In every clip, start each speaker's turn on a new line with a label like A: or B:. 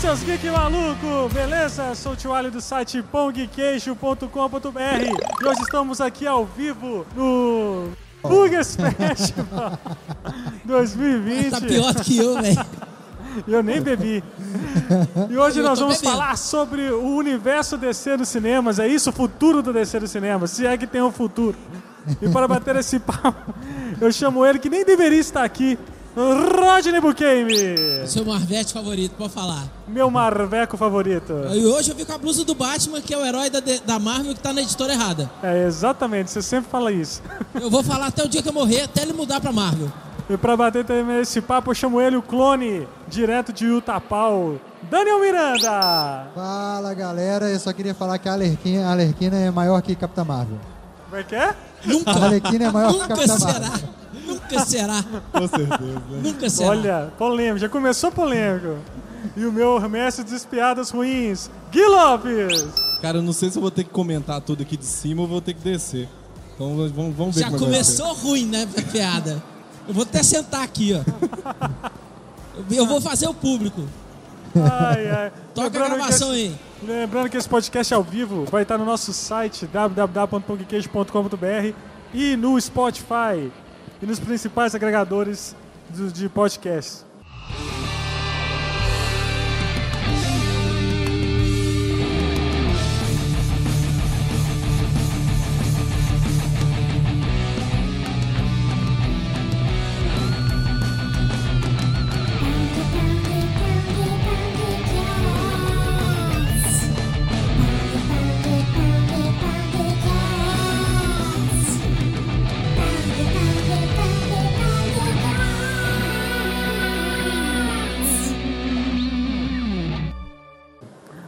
A: seus geek maluco! Beleza? Sou o Tio Ali do site pongqueijo.com.br e hoje estamos aqui ao vivo no Burgers Festival 2020.
B: Tá pior do que eu, velho.
A: Eu nem bebi. E hoje
B: Eu
A: nós
B: tô
A: vamos
B: bebendo.
A: falar sobre o universo DC dos cinemas. É isso, o futuro do DC dos cinemas. Se é que tem um futuro. E para bater esse papo, eu chamo ele que nem deveria estar aqui. Rodney Bukame,
B: Seu Marvete favorito, pode falar.
A: meu marveco favorito.
B: E hoje eu vim com a blusa do Batman, que é o herói da, da Marvel, que tá na editora errada.
A: É, exatamente, você sempre fala isso.
B: Eu vou falar até o dia que eu morrer, até ele mudar pra Marvel.
A: E para bater também esse papo, eu chamo ele, o clone, direto de Utapau, Daniel Miranda.
C: Fala galera, eu só queria falar que a Alerquina, a Alerquina é maior que Capitã Marvel.
A: Como é que é?
B: Nunca.
C: A Alerquina é maior que
B: Nunca
C: Capitã
B: será.
C: Marvel.
B: Nunca será.
D: Com certeza.
B: Nunca será.
A: Olha, polêmico, já começou polêmico. E o meu mestre das piadas ruins, Gui Lopes.
D: Cara, eu não sei se eu vou ter que comentar tudo aqui de cima ou vou ter que descer. Então vamos, vamos ver
B: Já
D: como é que vai ser.
B: começou ruim, né, piada? Eu vou até sentar aqui, ó. Eu- Eu vou fazer o público.
A: Ai, ai.
B: Toca a
A: que
B: gravação
A: esse-
B: aí.
A: Lembrando que esse podcast ao vivo vai estar no nosso site www.pongqueijo.com.br e no Spotify e nos principais agregadores do- de podcasts.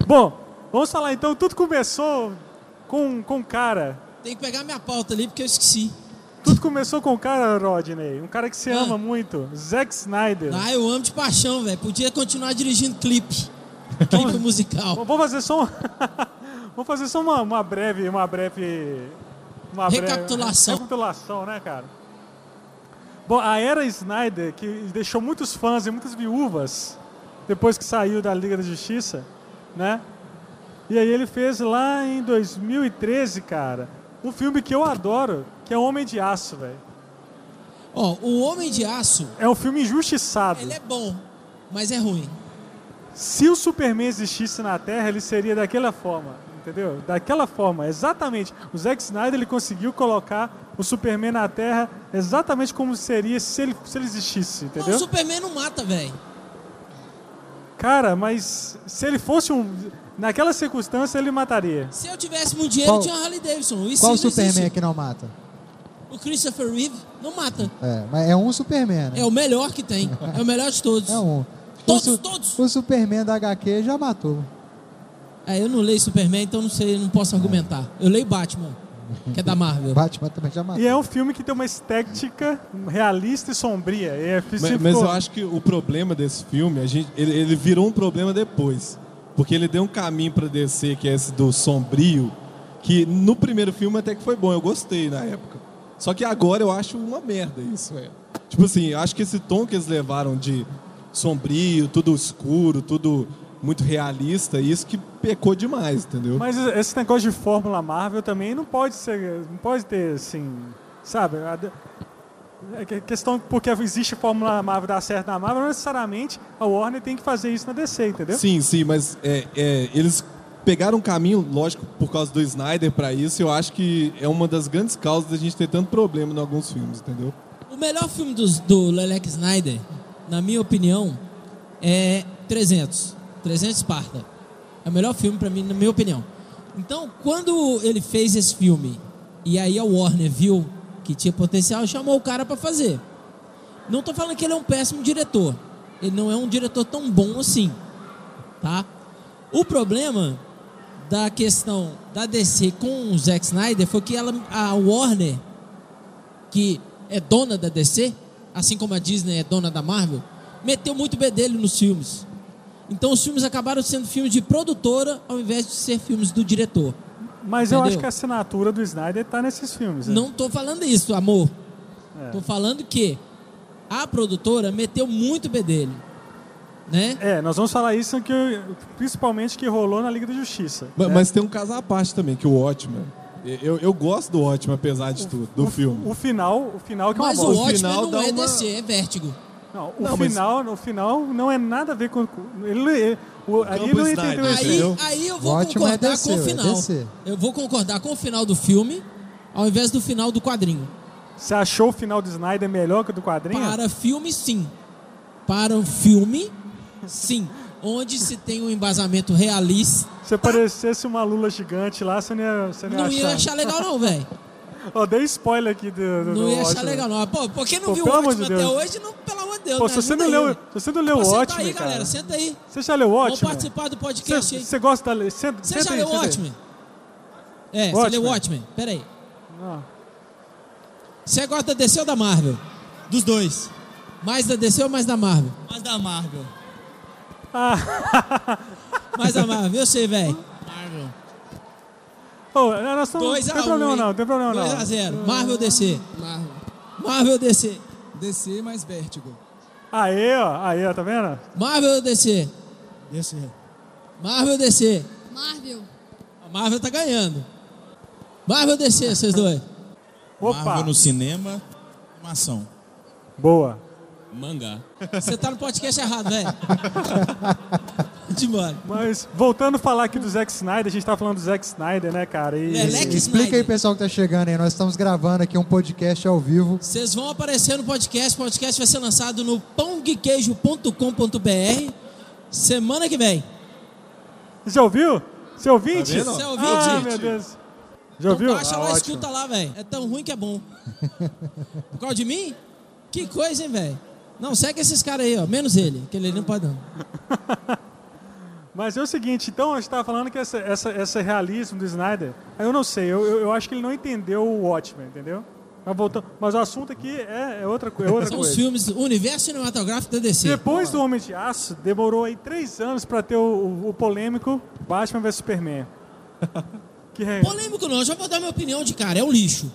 A: Bom, vamos falar então, tudo começou com, com um cara.
B: Tem que pegar minha pauta ali, porque eu esqueci.
A: Tudo começou com um cara, Rodney. Um cara que você
B: Ah.
A: ama muito, Zack Snyder.
B: Ah, eu amo de paixão, velho. Podia continuar dirigindo clipe. Clipe musical.
A: Bom, Vou fazer só um- Vou fazer só uma, uma breve, uma breve, uma breve-
B: Recapitulação.
A: recapitulação, né, cara? Bom, a era Snyder que deixou muitos fãs e muitas viúvas depois que saiu da Liga da Justiça, né? E aí ele fez lá em 2013, cara, um filme que eu adoro, que é Homem de Aço, velho.
B: Ó, o Homem de Aço,
A: É um filme injustiçado.
B: ele é bom, mas é ruim.
A: Se o Superman existisse na Terra, ele seria daquela forma, entendeu? Daquela forma, exatamente. O Zack Snyder ele conseguiu colocar o Superman na Terra exatamente como seria se ele, se ele existisse,
B: Não, o
A: entendeu?
B: Superman não mata, velho.
A: Cara, mas se ele fosse um. Naquela circunstância, ele mataria.
B: Se eu tivesse muito dinheiro,
C: Qual-
B: eu tinha o Harley Davidson. Isso
C: Qual
B: não
C: Superman
B: existe.
C: que não mata?
B: O Christopher Reeve não mata.
C: É, mas é um Superman, né?
B: É o melhor que tem. É o melhor de todos.
C: É um.
B: Todos,
C: o, su-
B: todos.
C: o Superman da HQ já matou.
B: É, eu não leio Superman, então não sei, não posso argumentar. Eu leio Batman, que é da Marvel.
C: Batman também já matou.
A: E é um filme que tem uma estética realista e sombria. É,
D: Ma- Mas, eu acho que o problema desse filme, a gente, ele, ele virou um problema depois. Porque ele deu um caminho pra descer, que é esse do sombrio, que no primeiro filme até que foi bom, eu gostei na época. Só que agora eu acho uma merda isso, é. Tipo assim, eu acho que esse tom que eles levaram de sombrio, tudo escuro, tudo muito realista, isso que pecou demais, entendeu?
A: Mas esse negócio de Fórmula Marvel também não pode ser, não pode ter assim, sabe? A de- é que- questão porque existe Fórmula Marvel dar certo na Marvel, não necessariamente a Warner tem que fazer isso na DC, entendeu?
D: Sim, sim, mas é, é, eles pegaram um caminho, lógico, por causa do Snyder pra isso, e eu acho que é uma das grandes causas da gente ter tanto problema em alguns filmes, entendeu?
B: O melhor filme dos- do Lelec Snyder, na minha opinião, é 300. 300 Esparta. É o melhor filme pra mim, na minha opinião. Então, quando ele fez esse filme, e aí a Warner viu que tinha potencial, chamou o cara pra fazer. Não tô falando que ele é um péssimo diretor. Ele não é um diretor tão bom assim, tá? O problema da questão da DC com o Zack Snyder foi que ela, a Warner que é dona da DC, assim como a Disney é dona da Marvel, meteu muito bedelho nos filmes. Então os filmes acabaram sendo filmes de produtora ao invés de ser filmes do diretor.
A: Mas eu
B: Entendeu?
A: acho que a assinatura do Snyder tá nesses filmes. né?
B: Não tô falando isso, amor. Tô falando que a produtora meteu muito bedelho. né?
A: É, nós vamos falar isso que, principalmente que rolou na Liga da Justiça.
D: Ma-
A: né?
D: Mas tem um caso à parte também, que o Watchman. Eu, eu gosto do Watchman, apesar de tudo, do filme.
A: O final, o final que é uma
B: Mas o
A: bosta.
B: Watchmen
D: final
B: não
D: dá
B: é
D: uma-
B: DC, é Vértigo.
A: Não, o
D: Não, mas-
A: final, o final não é nada a ver com ele, não- ele- o, ali ele
D: Campo
A: não
D: Snyder.
A: entendeu
D: Aí-
A: isso.
B: Aí,
D: Entendeu?
B: aí eu vou
C: Watchmen
B: concordar
C: é DC,
B: com o
C: é
B: final.
C: DC.
B: Eu vou concordar com o final do filme, ao invés do final do quadrinho.
A: Você achou o final do Snyder melhor que o do quadrinho?
B: Para filme, sim. Para um filme, sim. Onde se tem um embasamento realista,
A: Se aparecesse uma lula gigante lá, você não ia, você não
B: não ia achar legal não, velho.
A: Ó, dei spoiler aqui do, do
B: Não
A: do
B: ia achar
A: Watchmen.
B: legal não. Ah, Pô, por quem não
A: Pô,
B: viu o
A: pelo amor
B: Watchmen
A: de
B: até
A: Deus.
B: hoje, não, pelo amor de Deus,
A: Pô,
B: me
A: se você não
B: ajuda aí,
A: leu,
B: velho.
A: se você não leu
B: Pô,
A: o
B: senta aí,
A: Watchmen, cara.
B: galera, senta aí.
A: Você já leu o
B: Vamos
A: Watchmen?
B: participar do podcast
A: Você
B: aí.
A: você gosta da Você
B: Você já leu o Watchmen? É, você
A: Watchmen.
B: leu o Watchmen. Pera aí.
A: Não.
B: Você gosta da DC ou da Marvel?
E: Dos dois.
B: Mais da DC ou mais da Marvel?
E: Mas da Marvel.
B: Mais da Marvel, eu sei, velho.
E: Marvel.
A: Ô, nós estamos-
B: 2 a 1
A: Não tem problema não, não tem problema não.
B: 2x0. Marvel DC.
E: Marvel.
B: Marvel DC.
A: é
E: DC mais Vértigo.
A: Aí, ó, aí, ó, tá vendo?
B: Marvel DC.
E: DC.
B: Marvel DC.
F: Marvel.
B: A Marvel tá ganhando. Marvel DC, vocês dois.
A: Opa.
G: Marvel no cinema, animação,
A: Boa.
G: mangá.
B: Você tá no podcast errado, velho. Vamos embora.
A: Mas voltando a falar aqui do Zack Snyder, a gente tá falando do Zack Snyder, né, cara? E
B: Leleque
C: Explica aí,
B: Snyder.
C: pessoal que tá chegando aí. Nós estamos gravando aqui um podcast ao vivo.
B: Vocês vão aparecer no podcast. O podcast vai ser lançado no pãoguequeijo.com.br semana que vem.
A: Já ouviu? Você é ouvinte?
D: Tá vendo?
B: Você é ouvinte?
A: Ah, meu Deus. Já ouviu?
B: Então baixa
A: Ah,
B: lá,
A: ótimo.
B: escuta lá, velho. É tão ruim que é bom. Por causa de mim? Que coisa, hein, velho? Não, segue esses caras aí, ó. Menos ele, que ele não pode não.
A: Mas é o seguinte, então a gente tava falando que essa, essa, esse realismo do Snyder, eu não sei, eu, eu, eu acho que ele não entendeu o Watchmen, entendeu? Mas, voltando, mas o assunto aqui é, é outra, co- é outra
B: São os
A: coisa.
B: filmes do universo cinematográfico da DC.
A: Depois do Homem de Aço, demorou aí três anos pra ter o, o- o polêmico Batman vs Superman. Que é,
B: Polêmico não, já vou dar minha opinião de cara. É um lixo.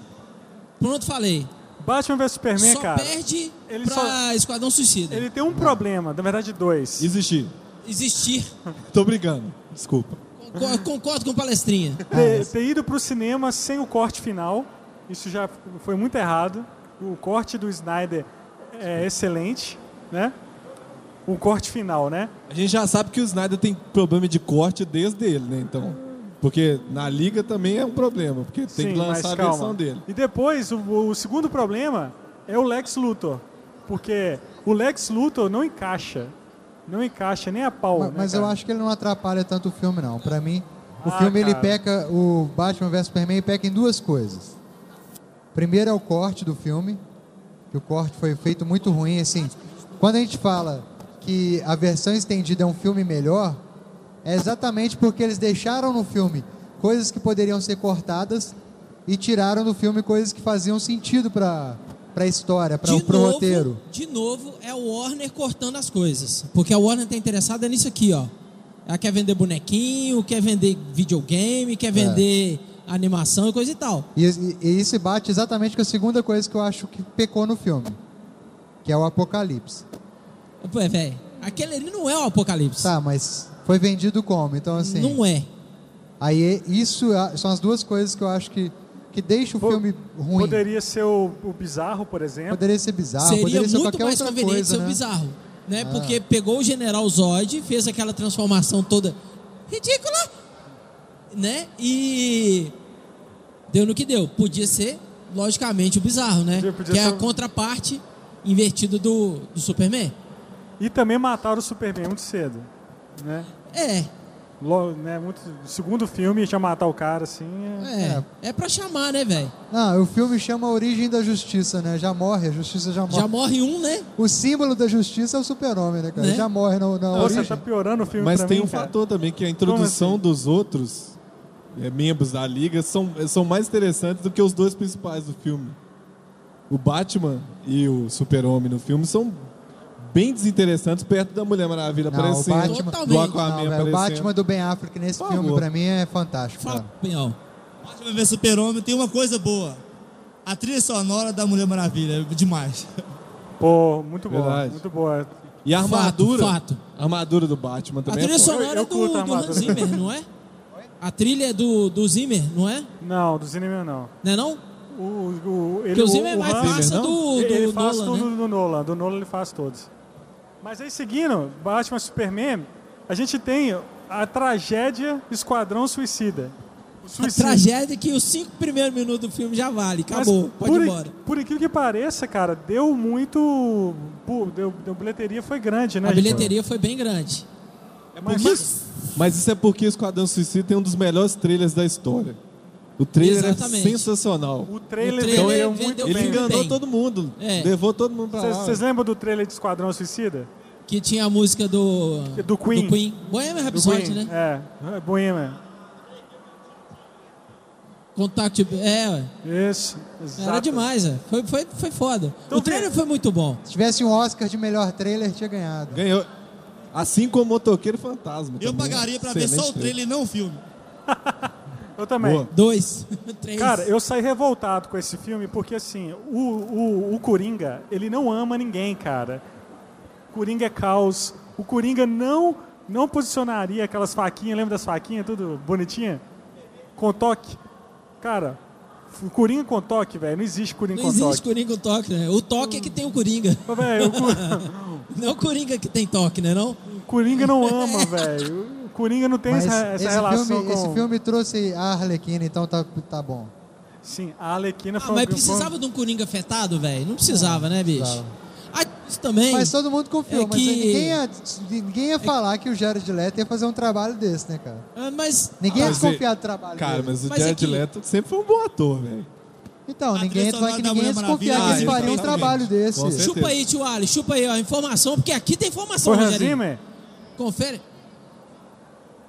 B: Pronto, falei.
A: Batman vs Superman,
B: só
A: cara,
B: perde
A: ele
B: pra
A: só-
B: Esquadrão Suicida.
A: ele tem um problema, na verdade dois.
D: Existir.
B: Existir.
D: Tô brigando. Desculpa.
B: Concor- Concordo com palestrinha.
A: ter, ter ido pro cinema sem o corte final, isso já foi muito errado. O corte do Snyder é excelente, né? O corte final, né?
D: A gente já sabe que o Snyder tem problema de corte desde ele, né? Então. Porque na liga também é um problema, porque tem que lançar a versão dele.
A: E depois, o, o segundo problema é o Lex Luthor. Porque o Lex Luthor não encaixa. Não encaixa nem a pau.
C: Ma-
A: né,
C: Mas eu
A: cara?
C: acho que ele não atrapalha tanto o filme, não. Pra mim, o
A: Ah,
C: filme ele
A: cara.
C: peca, o Batman vs Superman peca em duas coisas. Primeiro é o corte do filme, que o corte foi feito muito ruim, assim. Quando a gente fala que a versão estendida é um filme melhor, é exatamente porque eles deixaram no filme coisas que poderiam ser cortadas e tiraram do filme coisas que faziam sentido pra para história, para
B: de
C: o um pro
B: novo,
C: roteiro.
B: De novo, é o Warner cortando as coisas. Porque a Warner tá interessada nisso aqui, ó. Ela quer vender bonequinho, quer vender videogame,
C: É.
B: quer vender animação e coisa e tal.
C: E, e- e isso bate exatamente com a segunda coisa que eu acho que pecou no filme, que é o apocalipse.
B: Pô, é, velho. Aquele ali não é o apocalipse.
C: Tá, mas foi vendido como? Então assim,
B: Não é.
C: aí é isso a- são as duas coisas que eu acho que que deixa o
A: Po-
C: um filme ruim. Poderia,
A: Poderia ser o, o Bizarro, por exemplo.
C: ser bizarro,
B: Seria
C: Ah, poderia ser
B: muito
C: qualquer
B: mais
C: outra
B: conveniente
C: coisa,
B: ser o
C: né?
B: bizarro. Né? Porque pegou o General Zod, fez aquela transformação toda ridícula, né? E deu no que deu. Podia ser, logicamente, o bizarro, né?
A: Podia- podia
B: que é a
A: ser- um
B: contraparte invertida do, do Superman.
A: E também mataram o Superman muito cedo. Né?
B: É,
A: Logo, né, muito, segundo filme, já matar o cara, assim. é-
B: é. É pra chamar, né, velho?
C: Não, o filme chama a Origem da Justiça, né? Já morre, a justiça já morre.
B: Já morre um, né?
C: O símbolo da justiça é o super-homem, né, cara?
B: Né?
C: Já morre na, na
A: Nossa,
C: origem.
A: tá piorando o filme
D: É, Mas
A: pra
D: tem
A: mim,
D: um
A: cara. assim?
D: fator também, que a introdução dos outros é, membros da liga são, eh, são mais interessantes do que os dois principais do filme. O Batman e o Super-Homem no filme são bem desinteressantes perto da Mulher Maravilha
C: Não, o
D: aparecendo,
C: Batman-
D: do
B: Totalmente.
C: Não,
D: Aquaman
C: velho, o
D: aparecendo.
C: Batman do Ben Affleck nesse
D: Por
C: filme
D: favor.
C: pra mim é fantástico,
B: Fala,
C: cara.
B: Pinhão.
E: Batman vs Super-Homem tem uma coisa boa. A trilha sonora da Mulher Maravilha. é Demais.
A: Pô, muito boa,
D: Verdade.
A: muito boa.
D: E a
B: Fato,
D: armadura.
B: fato.
D: A armadura do Batman
B: A
D: também.
B: trilha
D: é foda.
A: Eu-
B: sonora
A: eu
B: é do,
A: curto a
B: do Hans
A: armadura.
B: Zimmer, não é? A trilha é do, do Zimmer, não é?
A: Não, dos inimigos não.
B: Não é não?
A: O, o, ele,
B: Porque o
A: o-
B: Zimmer
A: o
B: vai
A: Hans-
B: passa
D: não?
B: do, do
A: ele faz
B: Nolan,
A: tudo
B: né?
A: do Nolan, do Nolan ele faz todos. Mas aí seguindo, Batman Superman, a gente tem a tragédia Esquadrão Suicida. O
B: A
A: suicídio.
B: tragédia é que os cinco primeiros minutos do filme já vale.
A: Mas
B: Acabou, pode
A: por,
B: ir
A: i-
B: embora.
A: Por incrível que pareça, cara, deu muito. pu- Deu, deu- a bilheteria foi grande, né?
B: A
A: gente?
B: bilheteria foi bem grande.
D: É
A: Mas-
D: porque- Mas isso é porque Esquadrão Suicida tem um dos melhores trailers da história. O trailer
B: Exatamente.
D: é sensacional.
A: O trailer,
B: O trailer
A: vendeu
B: vendeu
A: muito
B: bem.
D: Ele
B: bem.
D: enganou
B: Tem.
D: todo mundo.
B: É.
D: Levou todo mundo pra lá.
A: Vocês lembram do trailer de Esquadrão Suicida?
B: Que tinha a música do.
A: É Do Queen.
B: Do Queen. Bohemian Rhapsody,
A: Queen,
B: né?
A: É, é Bohemian.
B: Contact. É, ué.
A: Isso,
B: era
A: exato.
B: demais, ué. foi, foi, foi foda.
A: Então,
B: o trailer
A: vê-
B: foi muito bom.
C: Se tivesse um Oscar de melhor trailer, tinha ganhado.
D: Ganhou. Assim como Motoqueiro Fantasma.
E: Eu
D: também.
E: pagaria pra ver
D: Excelente
E: só o trailer e não o filme.
A: Eu também.
D: Boa.
B: Dois, três.
A: Cara, eu saí revoltado com esse filme porque, assim, o, o, o Coringa, ele não ama ninguém, cara. O Coringa é caos. O Coringa não, não posicionaria aquelas faquinhas, lembra das faquinhas, tudo bonitinha? Com toque. Cara, o Coringa com toque, velho, não existe Coringa com
B: Não existe
A: toque.
B: Coringa com toque, né? O toque é que tem o Coringa.
A: Mas, velho, o Cor-
B: Não é o Coringa que tem toque, né? Não?
A: o Coringa não ama, velho. O Coringa não tem
C: Mas
A: essa, essa
C: esse,
A: relação
C: filme,
A: com...
C: esse filme trouxe a Arlequina, então tá, tá bom.
A: Sim, a Alequina
B: Ah,
A: foi...
B: mas
A: foi-
B: precisava de um Coringa afetado, velho? Não precisava, né, bicho? Ah, isso também.
C: Mas todo mundo confiou,
B: É
C: mas
B: que-
C: ninguém ia, ninguém ia falar que o Jared Leto ia fazer um trabalho desse, né, cara?
B: Ah, mas-
C: Ninguém ia
D: mas
C: desconfiar
D: ele-
C: do trabalho
D: Cara,
C: dele.
D: mas o
B: Mas é
D: Jared
B: que-
D: Leto sempre foi um bom ator, velho.
C: Então,
E: A
C: ninguém,
E: trilha
C: tu vai que
E: sonora da
C: ninguém ia
E: Mulher
C: desconfiar que
E: Maravilha,
C: eles
D: ah,
C: fariam um
D: exatamente.
C: trabalho desse.
D: Com certeza.
B: Chupa aí, tio Ali, chupa aí, ó, a informação, porque aqui tem informação,
A: Foi Hans
B: Rogerinho.
A: Zimmer?
B: Confere.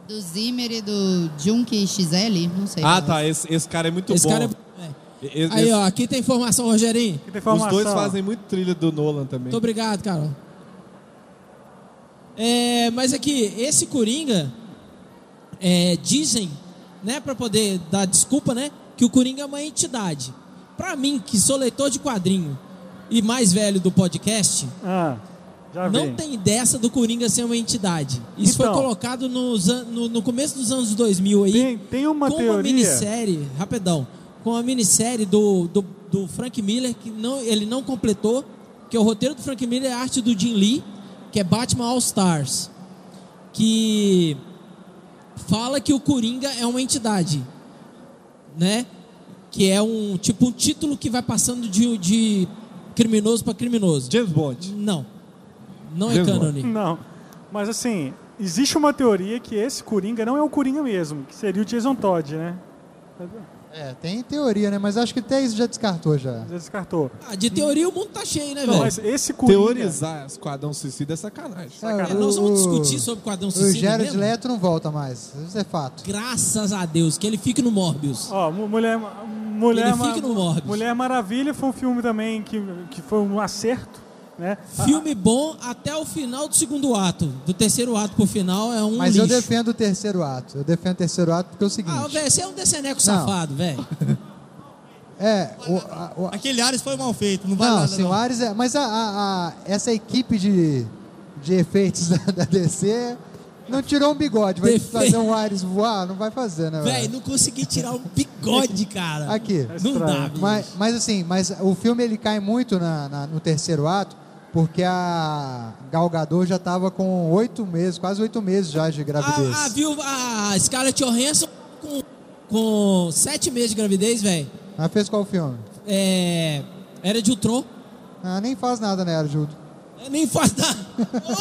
F: Do Zimmer e do Junk XL, não sei.
D: Ah, tá. Esse, esse cara é muito
B: Esse
D: bom.
B: cara é... é.
D: E- e-
B: Aí,
D: esse-
B: ó, aqui tem informação, Rogerinho.
A: Que tem
D: Os
A: informação.
D: dois fazem muito trilha do Nolan também.
B: Muito obrigado, Carol. É, mas aqui, esse Coringa, é, dizem, né, pra poder dar desculpa, né, que o Coringa é uma entidade. Pra mim, que sou leitor de quadrinho e mais velho do podcast,
A: Ah, já vi.
B: não tem dessa do Coringa ser uma entidade. Isso
A: Então.
B: foi colocado nos an- no, no começo dos anos 2000 aí.
A: Tem, tem uma
B: com uma
A: teoria.
B: minissérie, rapidão, com a minissérie do, do, do Frank Miller, que não, ele não completou, que o roteiro do Frank Miller é a arte do Jim Lee, que é Batman All Stars, que fala que o Coringa é uma entidade, né? Que é um tipo um título que vai passando de, de criminoso para criminoso.
D: James Bond.
B: Não. Não é
D: James
B: cânone.
A: Não. Mas assim, existe uma teoria que esse Coringa não é o Coringa mesmo, que seria o Jason Todd, né?
C: É, tem teoria, né? Mas acho que até isso já descartou já.
A: Já descartou.
B: Ah, de teoria o mundo tá cheio, né,
A: Não,
B: velho?
A: mas esse Coringa.
D: Teorizar Esquadrão Suicida é sacanagem.
B: É, nós vamos discutir sobre o quadrão
C: O
B: suicida
C: Jared
B: mesmo?
C: Leto não volta mais. Isso é fato.
B: Graças a Deus, que ele fique no Morbius.
A: Ó, Mu- mulher, mulher,
B: Ele fica no Morbius.
A: mulher Maravilha foi um filme também que, que foi um acerto, né?
B: Filme bom até o final do segundo ato. Do terceiro ato pro final é um
C: Mas
B: lixo.
C: eu defendo o terceiro ato. Eu defendo o terceiro ato porque é o seguinte.
B: Ah, velho, você é um deceneco
C: Não.
B: safado, velho.
C: É, o, a- o-
E: Aquele Ares foi mal feito, não vai
C: não,
E: nada.
C: sim, o Ares é. Mas a, a- a- essa equipe de, de efeitos da, da DC não tirou um bigode. Vai
B: Defe-
C: fazer um Ares voar? Não vai fazer, né?
B: Velho, não consegui tirar um bigode, cara.
C: Aqui.
B: Não dá,
A: Estranho.
B: bicho.
C: Mas, mas assim, mas o filme ele cai muito na- na- no terceiro ato, porque a Galgador já estava com oito meses, quase oito meses já de gravidez.
B: A, a viúva, a Scarlett Johansson com, com sete meses de gravidez, velho.
C: Ela fez qual filme?
B: É, era de Ultron.
C: Ah, nem faz nada, né, Arjun?
B: Nem faz nada.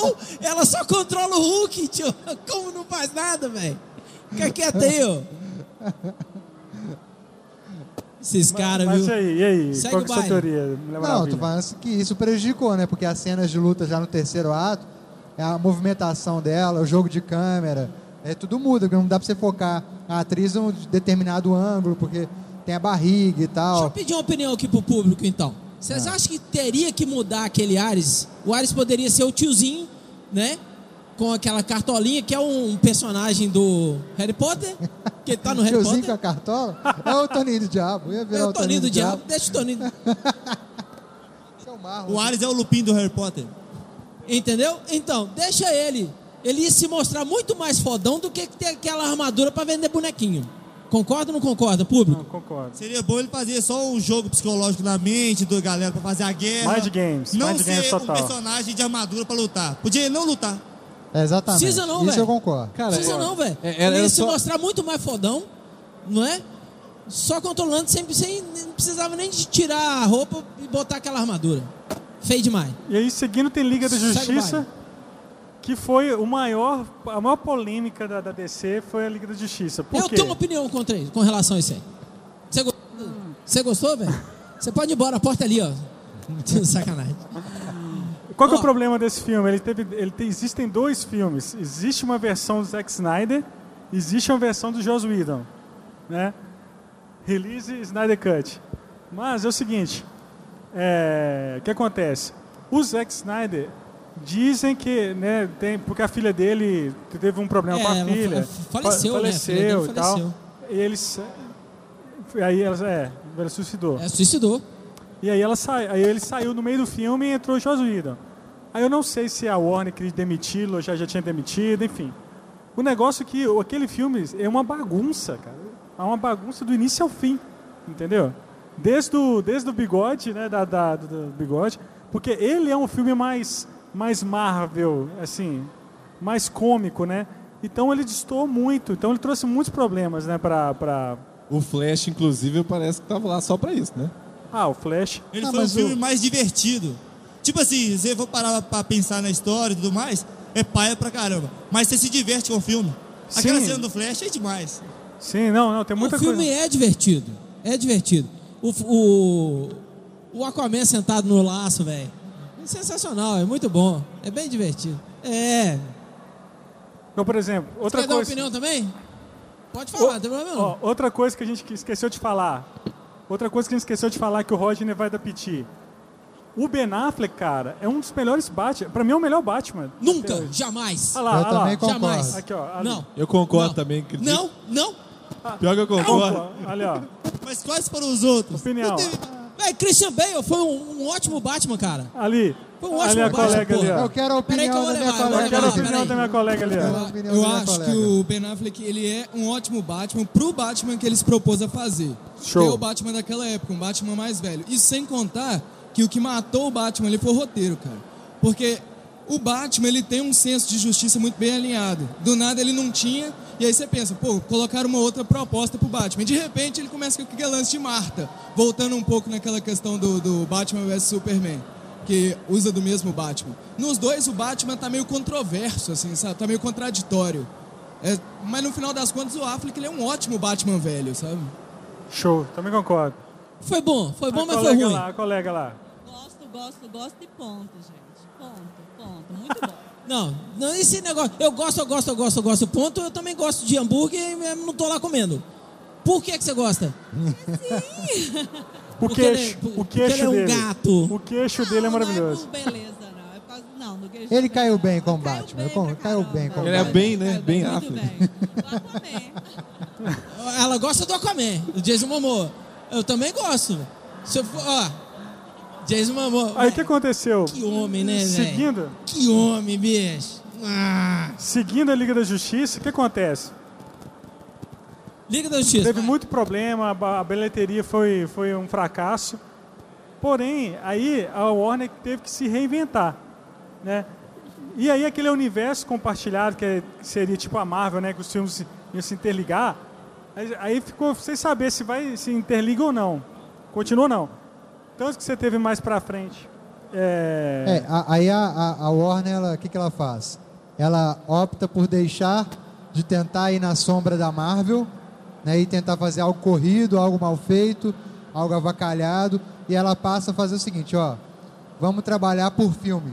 B: Ou ela só controla o Hulk, tio. Como não faz nada, velho? Fica quieto aí, ó. Esses caras,
A: Mas e
B: viu?
A: aí, e aí?
B: Segue
A: Qual
B: o
A: que é a sua
B: baile.
A: teoria? Mulher
C: Não,
A: Maravilha?
C: tô falando assim que isso prejudicou, né? Porque as cenas de luta já no terceiro ato, é a movimentação dela, o jogo de câmera, é tudo muda, porque não dá pra você focar a atriz em um determinado ângulo, porque tem a barriga e
B: Deixa eu
C: tal.
B: pedir uma opinião aqui pro público, então. Vocês
A: Ah.
B: acham que teria que mudar aquele Ares? O Ares poderia ser o tiozinho, né? Com aquela cartolinha, que é um personagem do Harry Potter. Que tá no Harry
C: Tiozinho com
B: Potter.
C: a cartola? É o Toninho do Diabo. Ia virar
B: É o
C: o
B: Toninho do Diabo. Deixa o Toninho.
C: Esse é o Marlon.
E: O Ares é o Lupin do Harry Potter.
B: Entendeu? Então, deixa ele. Ele ia se mostrar muito mais fodão do que ter aquela armadura pra vender bonequinho. Concorda ou não concorda, público?
A: Não, concordo.
E: Seria bom ele fazer só um jogo psicológico na mente do galera pra fazer a guerra.
A: Mind games,
E: Não
A: mind
E: ser
A: games
E: um
A: total.
E: personagem de armadura pra lutar. Podia ele não lutar.
C: É, exatamente.
B: Precisa não,
C: Isso
B: velho.
C: eu concordo.
D: Cara,
B: Precisa
D: é-
B: não, velho.
D: é-
B: Ele
D: era-
B: ia
D: era
B: se
D: só-
B: mostrar muito mais fodão, não é? Só controlando, sem, sem, não precisava nem de tirar a roupa e botar aquela armadura. Feio demais.
A: E aí, seguindo, tem Liga da
B: Segue o
A: Justiça,
B: baile.
A: que foi o maior, a maior polêmica da, da DC foi a Liga da Justiça. Por
B: eu
A: quê?
B: tenho uma opinião contra ele, com relação a isso aí. Você gostou? Você gostou, velho? Você pode ir embora, a porta é ali, ó. Sacanagem.
A: Qual que é
B: Ó.
A: o problema desse filme? Ele teve, ele tem, existem dois filmes. Existe uma versão do Zack Snyder, existe uma versão do Joss Whedon, né? Release Snyder Cut. Mas é o seguinte, é, o que acontece? O Zack Snyder dizem que, né, tem, porque a filha dele teve um problema
B: É,
A: com a
B: ela
A: filha,
B: fa- faleceu,
A: fa-
B: né? A filha dele
A: faleceu e tal.
B: faleceu.
A: E eles, aí ela, é, ela suicidou.
B: É, suicidou.
A: E aí, ela sai, aí ele saiu no meio do filme e entrou o Joss Whedon. Aí eu não sei se a Warner queria demiti-lo, ou já, já tinha demitido, enfim. O negócio é que o- aquele filme é uma bagunça, cara. É uma bagunça do início ao fim, entendeu? Desde o, desde o bigode, né, da, da- do, do bigode, porque ele é um filme mais, mais Marvel, assim, mais cômico, né? Então ele distorce muito, então ele trouxe muitos problemas, né, pra... pra...
D: O Flash, inclusive, parece que tava lá só pra isso, né?
A: Ah, o Flash...
E: Ele
C: Ah,
E: foi o
C: mas o-
E: filme mais divertido. Tipo assim, se você for parar pra pensar na história e tudo mais, é paia pra caramba. Mas você se diverte com o filme. Aquela
A: Sim.
E: cena do Flash é demais.
A: Sim, não, não, tem muita
B: o filme
A: coisa...
B: é divertido. É divertido. O, f- o, o Aquaman sentado no laço, velho. É sensacional, é muito bom. É bem divertido. É.
A: Então, por exemplo, outra
B: Quer dar
A: coisa...
B: opinião também? Pode falar,
A: Ô,
B: não tem problema não.
A: ó, outra coisa que a gente que- esqueceu de falar. Outra coisa que a gente esqueceu de falar que o Rodney vai repetir. O Ben Affleck, cara, é um dos melhores Batman. Pra mim é o melhor Batman.
B: Nunca, jamais.
A: Olha lá,
C: Eu
A: olha lá.
C: também concordo.
B: Jamais.
A: Aqui, ó, ali.
B: não.
D: Eu concordo
B: Não.
D: também. Acredito.
B: Não, não.
D: Pior que eu concordo.
A: Ó, Olha, ó.
E: Mas quais foram os outros?
A: Opinião.
B: Véi, Christian Bale foi um, um ótimo Batman, cara.
A: Ali.
B: Foi um
A: ali
B: ótimo
A: a
B: Batman,
A: colega ali,
B: porra.
A: ó.
C: Eu quero a
B: Peraí que eu
C: opinião
B: vou
C: da minha
B: levar, eu vou
A: Eu quero a
B: Peraí,
C: colega.
A: opinião
B: peraí.
A: da minha colega ali,
C: Peraí.
A: ó.
C: opinião
H: Eu
C: do meu
H: acho
C: colega.
H: que o Ben Affleck ele é um ótimo Batman pro Batman que ele se propôs a fazer.
A: Show.
H: Que é o Batman daquela época, um Batman mais velho. E sem contar que o que matou o Batman ali foi o roteiro, cara. Porque o Batman ele tem um senso de justiça muito bem alinhado. Do nada ele não tinha, e aí você pensa, pô, colocaram uma outra proposta pro Batman. E de repente ele começa com aquele lance de Marta, voltando um pouco naquela questão do, do Batman vs Superman que usa do mesmo Batman. Nos dois, o Batman tá meio controverso, assim, sabe? Tá meio contraditório. É, mas no final das contas, o Affleck ele é um ótimo Batman velho, sabe?
A: Show, também concordo.
B: Foi bom, foi bom,
A: a
B: mas foi
A: colega
B: ruim.
A: Ah, tá lá, a colega lá.
I: Gosto, gosto, gosto e ponto, gente. Ponto, ponto. Muito bom.
B: Não, não, esse negócio. Eu gosto, eu gosto, eu gosto, eu gosto. Ponto, eu também gosto de hambúrguer e eu não tô lá comendo. Por que, que você gosta?
A: O
B: Porque ele é-
A: queixo, o
B: porque
A: queixo
B: ele é um
A: dele.
B: gato. Ah,
A: O queixo dele é
I: Não,
A: maravilhoso.
I: Não é por beleza, não. É por causa. Não, do queixo
C: Ele
I: dele.
C: caiu bem com o
I: Caiu
C: Batman,
I: bem
C: com-
I: pra
C: caiu
I: caramba,
C: bem com o
D: Ele é
I: Batman.
D: bem, né?
I: Caiu
D: Bem
I: muito
D: Affleck.
I: bem. Do Aquaman.
B: Ela gosta do Aquaman, do Jason Momoa. Eu também gosto. Se eu for, ó, Jason Momoa.
A: Aí o
B: velho,
A: que aconteceu?
B: que homem, né, velho?
A: Seguindo,
B: Que homem, bicho. Ah.
A: seguindo a Liga da Justiça, o que acontece?
B: Liga da Justiça.
A: Teve
B: vai.
A: muito problema, a ba- a bilheteria foi, foi um fracasso. Porém, aí a Warner teve que se reinventar, né? E aí aquele universo compartilhado que é- que seria tipo a Marvel, né, que os filmes iam se interligar, aí- aí ficou sem saber se vai se interliga ou não. Continua ou não. Tanto que você teve mais pra frente. É,
C: É, a- aí a, a, a Warner, ela- o que, que ela faz? Ela opta por deixar de tentar ir na sombra da Marvel né, e tentar fazer algo corrido, algo mal feito, algo avacalhado. E ela passa a fazer o seguinte, ó, vamos trabalhar por filme.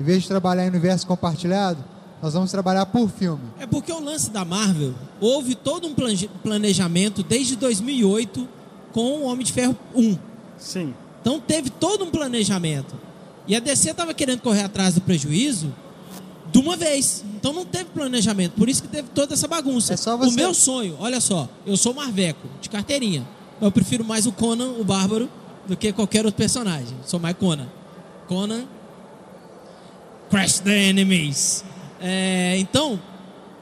C: Em vez de trabalhar em universo compartilhado, nós vamos trabalhar por filme.
B: É porque o lance da Marvel, houve todo um planje- planejamento desde 2008 com o Homem de Ferro 1.
A: Sim.
B: Então teve todo um planejamento. E a DC estava querendo correr atrás do prejuízo de uma vez. Então não teve planejamento. Por isso que teve toda essa bagunça.
C: É só você-
B: O meu sonho, olha só, eu sou Marveco, de carteirinha. Eu prefiro mais o Conan, o Bárbaro, do que qualquer outro personagem. Sou mais Conan. Conan. Crash the Enemies. É, então,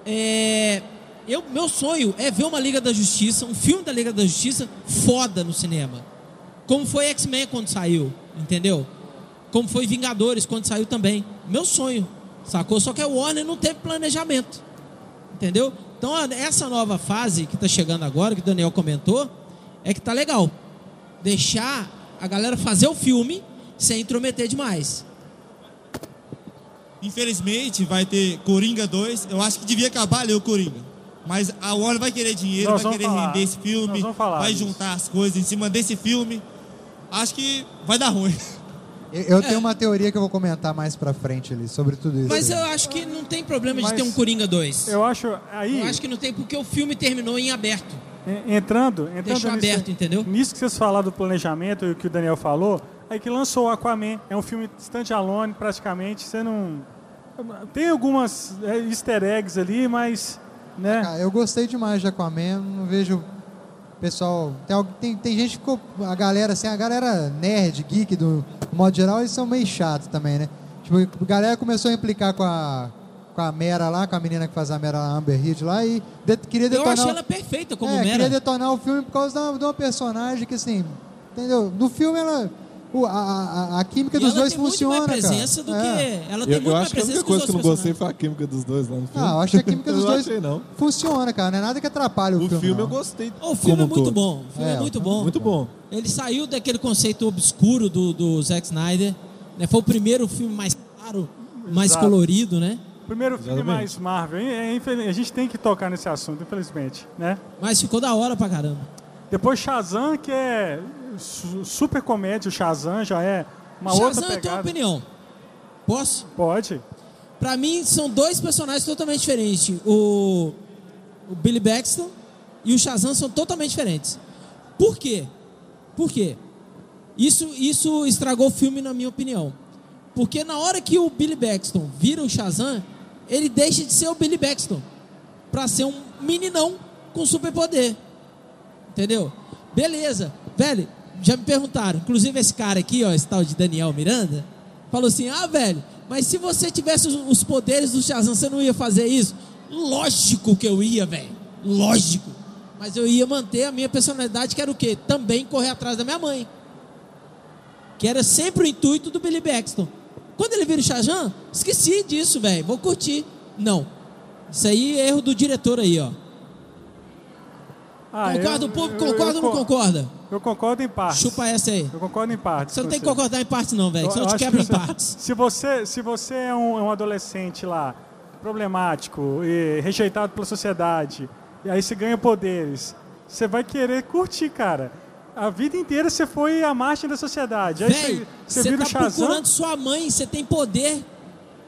B: é, eu, meu sonho é ver uma Liga da Justiça, um filme da Liga da Justiça foda no cinema. Como foi X-Men quando saiu, entendeu? Como foi Vingadores quando saiu também. Meu sonho, sacou? Só que a Warner não teve planejamento, entendeu? Então, a- essa nova fase que tá chegando agora, que o Daniel comentou, é que tá legal. Deixar a galera fazer o filme sem intrometer demais.
E: Infelizmente, vai ter Coringa 2. Eu acho que devia acabar ali o Coringa. Mas a Warner vai querer dinheiro,
A: Nós
E: vai
A: vamos
E: querer
A: falar.
E: render esse
A: Nós
E: filme,
A: vamos falar
E: vai
A: disso.
E: juntar as coisas em cima desse filme. Acho que vai dar ruim.
C: Eu, eu tenho uma teoria que eu vou comentar mais pra frente ali, sobre tudo isso.
B: Mas
C: aí.
B: eu acho que não tem problema de
A: Mas
B: ter um Coringa 2. Eu,
A: Eu acho, aí,
B: acho que não tem, porque o filme terminou em aberto.
A: en- entrando, entrando
B: Deixou
A: nisso-
B: aberto, entendeu?
A: Nisso que vocês falaram do planejamento e o que o Daniel falou, aí que lançou o Aquaman, é um filme standalone praticamente, você não... Tem algumas é, easter eggs ali, mas, né...
C: Cara, Ah, eu gostei demais de Aquaman, não vejo pessoal. Tem, algu- tem, tem gente que ficou. A galera, assim, a galera nerd, geek, do modo geral, eles são meio chato também, né? Tipo, a galera começou a implicar com a. Com a Mera lá, com a menina que faz a Mera a Amber Heard lá, e de- queria
B: Eu
C: detonar.
B: achei ela perfeita como
C: é,
B: Mera.
C: queria detonar o filme por causa de uma, de uma personagem que, assim, entendeu? No filme, ela. o- a, a- a- a química
B: E
C: dos
B: ela
C: dois
B: tem
C: funciona.
B: muito mais presença
C: cara.
B: do
C: É.
B: que... Ela tem
D: Eu,
B: muito
D: eu
B: mais
D: acho que
B: presença
D: a única
B: que os
D: coisa
B: outros
D: que eu não gostei
B: personagens.
D: foi a química dos dois lá no filme.
C: Ah, eu acho que a química
D: Eu
C: dos
D: não
C: dois
D: achei, não.
C: funciona, cara. Não é nada que atrapalha o,
D: O filme
C: não.
D: eu gostei.
B: O filme
D: como
B: é
D: um
B: muito
D: todo.
B: bom. O filme é,
C: É,
B: muito bom.
D: Muito bom.
B: Ele saiu daquele conceito obscuro do, do Zack Snyder. né? Foi o primeiro filme mais claro, mais
A: Exato.
B: colorido, né?
A: Primeiro filme
D: Exatamente.
A: mais Marvel. É, é, infeliz- A gente tem que tocar nesse assunto, infelizmente, né?
B: Mas ficou da hora pra caramba.
A: Depois Shazam, que é su- super comédia. O Shazam já é uma
B: Shazam,
A: outra
B: eu tenho uma
A: pegada.
B: opinião. Posso?
A: Pode.
B: Pra mim, são dois personagens totalmente diferentes. O, o Billy Baxton e o Shazam são totalmente diferentes. Por quê? Por quê? Isso, isso estragou o filme, na minha opinião. Porque na hora que o Billy Baxton vira o Shazam, ele deixa de ser o Billy Baxton pra ser um meninão com superpoder. Entendeu? Beleza. Velho, já me perguntaram. Inclusive, esse cara aqui, ó, esse tal de Daniel Miranda, falou assim: ah, velho, mas se você tivesse os, os poderes do Shazam, você não ia fazer isso? Lógico que eu ia, velho. Lógico. Mas eu ia manter a minha personalidade, que era o quê? Também correr atrás da minha mãe. Que era sempre o intuito do Billy Baxton. Quando ele vira o Shazam, esqueci disso, velho. Vou curtir. Não. Isso aí é erro do diretor aí, ó.
A: Ah,
B: concorda
A: eu-
B: o público?
A: eu- eu
B: Concorda ou não
A: con-
B: concorda?
A: Eu concordo em partes.
B: Chupa essa aí.
A: Eu concordo em partes.
B: Você não
A: com
B: tem É que concordar em partes, não, velho.
A: Eu-
B: Senão
A: eu
B: eu te
A: acho que
B: quebra em
A: você-
B: partes.
A: Se você, se você é, um, é um adolescente lá, problemático, e rejeitado pela sociedade, e aí você ganha poderes, você vai querer curtir, cara. A vida inteira você foi à margem da sociedade. Aí
B: Velho,
A: você,
B: você
A: vira
B: tá
A: o Shazam.
B: procurando sua mãe, você tem poder.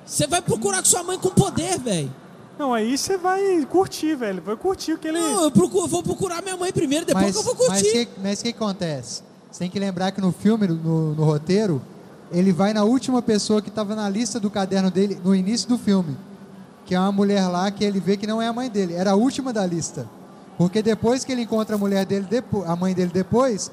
B: Você vai procurar sua mãe com poder, velho.
A: Não, aí você vai curtir, velho. Vai curtir o que ele.
B: Não, eu procuro, vou procurar minha mãe primeiro, depois que eu vou curtir.
C: Mas o que, mas que acontece? Você tem que lembrar que no filme, no, no roteiro, ele vai na última pessoa que estava na lista do caderno dele no início do filme. Que é uma mulher lá que ele vê que não é a mãe dele. Era a última da lista. Porque depois que ele encontra a mulher dele, depo- a mãe dele depois,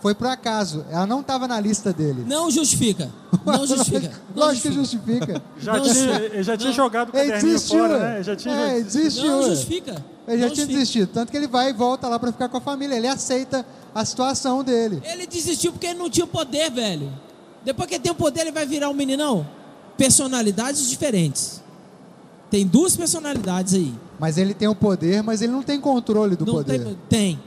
C: foi por acaso. Ela não estava na lista dele.
B: Não justifica. Não justifica. Não
C: Lógico que justifica.
A: Já
B: Não,
A: tinha,
B: sim.
A: eu já tinha
B: Não.
A: jogado o
C: Ele
A: caderninho
C: desistiu.
A: fora, né? Eu Já tinha
C: É, ele desistiu.
B: Não
C: ué.
B: justifica.
C: Ele já
B: Não
C: tinha
B: justifica.
C: desistido. Tanto que ele vai e volta lá pra ficar com a família. Ele aceita a situação dele.
B: Ele desistiu porque ele não tinha o poder, velho. Depois que ele tem o poder, ele vai virar um meninão. Personalidades diferentes. Tem duas personalidades aí.
C: Mas ele tem o poder, mas ele não tem controle do
B: não
C: poder.
B: Tem. tem.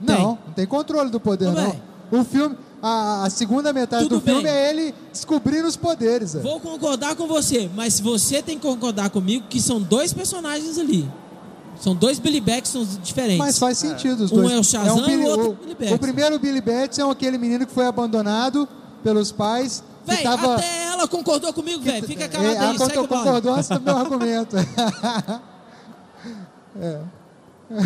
C: Não, não tem controle do poder,
B: Tudo
C: não.
B: bem.
C: O filme, a, a segunda metade
B: Tudo
C: do filme
B: bem.
C: é ele descobrindo os poderes. é.
B: Vou concordar com você, mas você tem que concordar comigo que são dois personagens ali. São dois Billy Baxtons diferentes.
C: Mas faz sentido os
B: Um
C: dois.
B: é o Shazam e o outro é o
C: o
B: Billy Batson.
C: O primeiro Billy Batson é aquele menino que foi abandonado pelos pais.
B: Véi,
C: que tava, É, ah,
B: até ela concordou comigo, velho. Fica calado
C: ela
B: aí, segue o baile.
C: concordou antes do é meu argumento.
I: Eu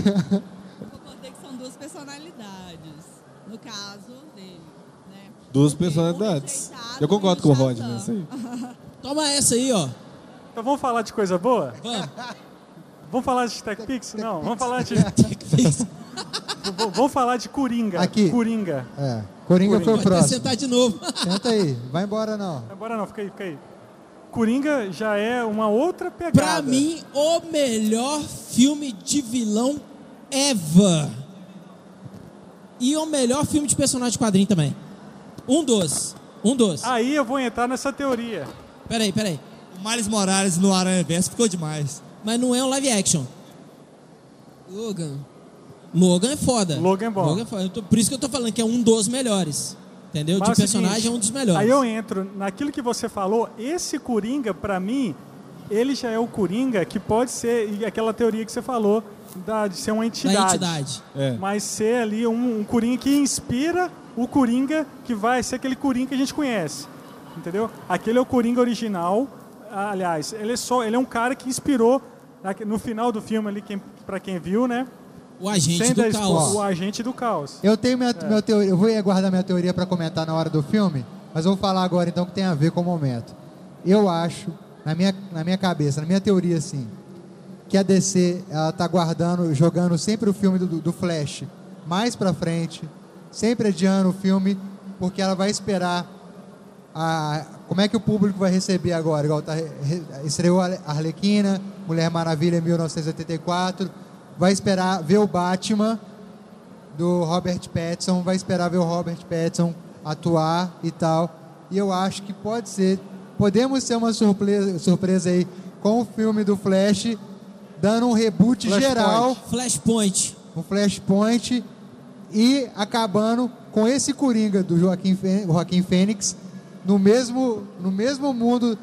I: concordei que são duas personalidades. No caso dele. Né?
D: Duas
I: Porque um
D: personalidades.
I: rejeitado
D: Eu concordo com o Rod
I: Shazam.
D: nessa aí.
B: Toma essa aí, ó.
A: Então vamos falar de coisa boa?
B: Vamos.
A: Vamos falar de Tech Pix? Não, vamos falar de. v- vamos falar de Coringa.
C: Aqui.
A: Coringa.
C: É, Coringa foi o
B: Vai
C: próximo.
B: sentar de novo.
C: Senta aí, vai embora não.
A: Agora não, fica aí, fica aí. Coringa já é uma outra pegada.
B: Pra mim, o melhor filme de vilão ever. E o melhor filme de personagem de quadrinho também. Um dos. Um dos.
A: Aí eu vou entrar nessa teoria.
B: Peraí, peraí.
E: O Miles Morales no Aranha Verso ficou demais.
B: Mas não é um live action.
H: Logan.
B: Logan é foda.
A: Logan é bom.
B: é foda. Eu tô- por isso que eu tô falando que é um dos melhores. Entendeu?
A: Mas
B: de
A: é o seguinte,
B: personagem é um dos melhores.
A: Aí eu entro naquilo que você falou, esse Coringa, pra mim, ele já é o Coringa que pode ser, e aquela teoria que você falou, da- de ser uma
B: da
A: entidade.
B: entidade.
D: É.
A: Mas ser ali um, um Coringa que inspira o Coringa que vai ser aquele Coringa que a gente conhece. Entendeu? Aquele é o Coringa original. Ah, Aliás, ele é só, ele é um cara que inspirou na- no final do filme ali, quem, para quem viu, né?
B: O agente
A: Sem dar
B: do
A: spoiler,
B: caos.
A: O agente do caos.
C: Eu tenho minha, meu teoria, eu vou guardar minha teoria para comentar na hora do filme, mas eu vou falar agora então que tem a ver com o momento. Eu acho, na minha, na minha cabeça, na minha teoria assim, que a DC ela tá guardando, jogando sempre o filme do, do Flash mais pra frente, sempre adiando o filme, porque ela vai esperar a como é que o público vai receber agora, igual tá, re- estreou a Arlequina, Mulher Maravilha em 1984, vai esperar ver o Batman do Robert Pattinson, vai esperar ver o Robert Pattinson atuar e tal. E eu acho que pode ser, podemos ter uma surpresa, surpresa aí com o filme do Flash, dando um reboot
A: Flashpoint.
C: geral,
B: Flashpoint.
C: um Flashpoint e acabando com esse Coringa do Joaquim, Fê- Joaquim Fênix no mesmo, no mesmo mundo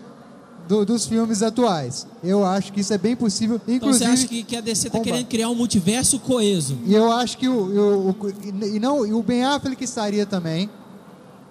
C: do- dos filmes atuais. Eu acho que isso é bem possível,
B: Então você
C: inclusive...
B: acha que, que a DC tá
C: Comba.
B: querendo criar um multiverso coeso?
C: E eu acho que o, o- o- e não, e o Ben Affleck estaria também.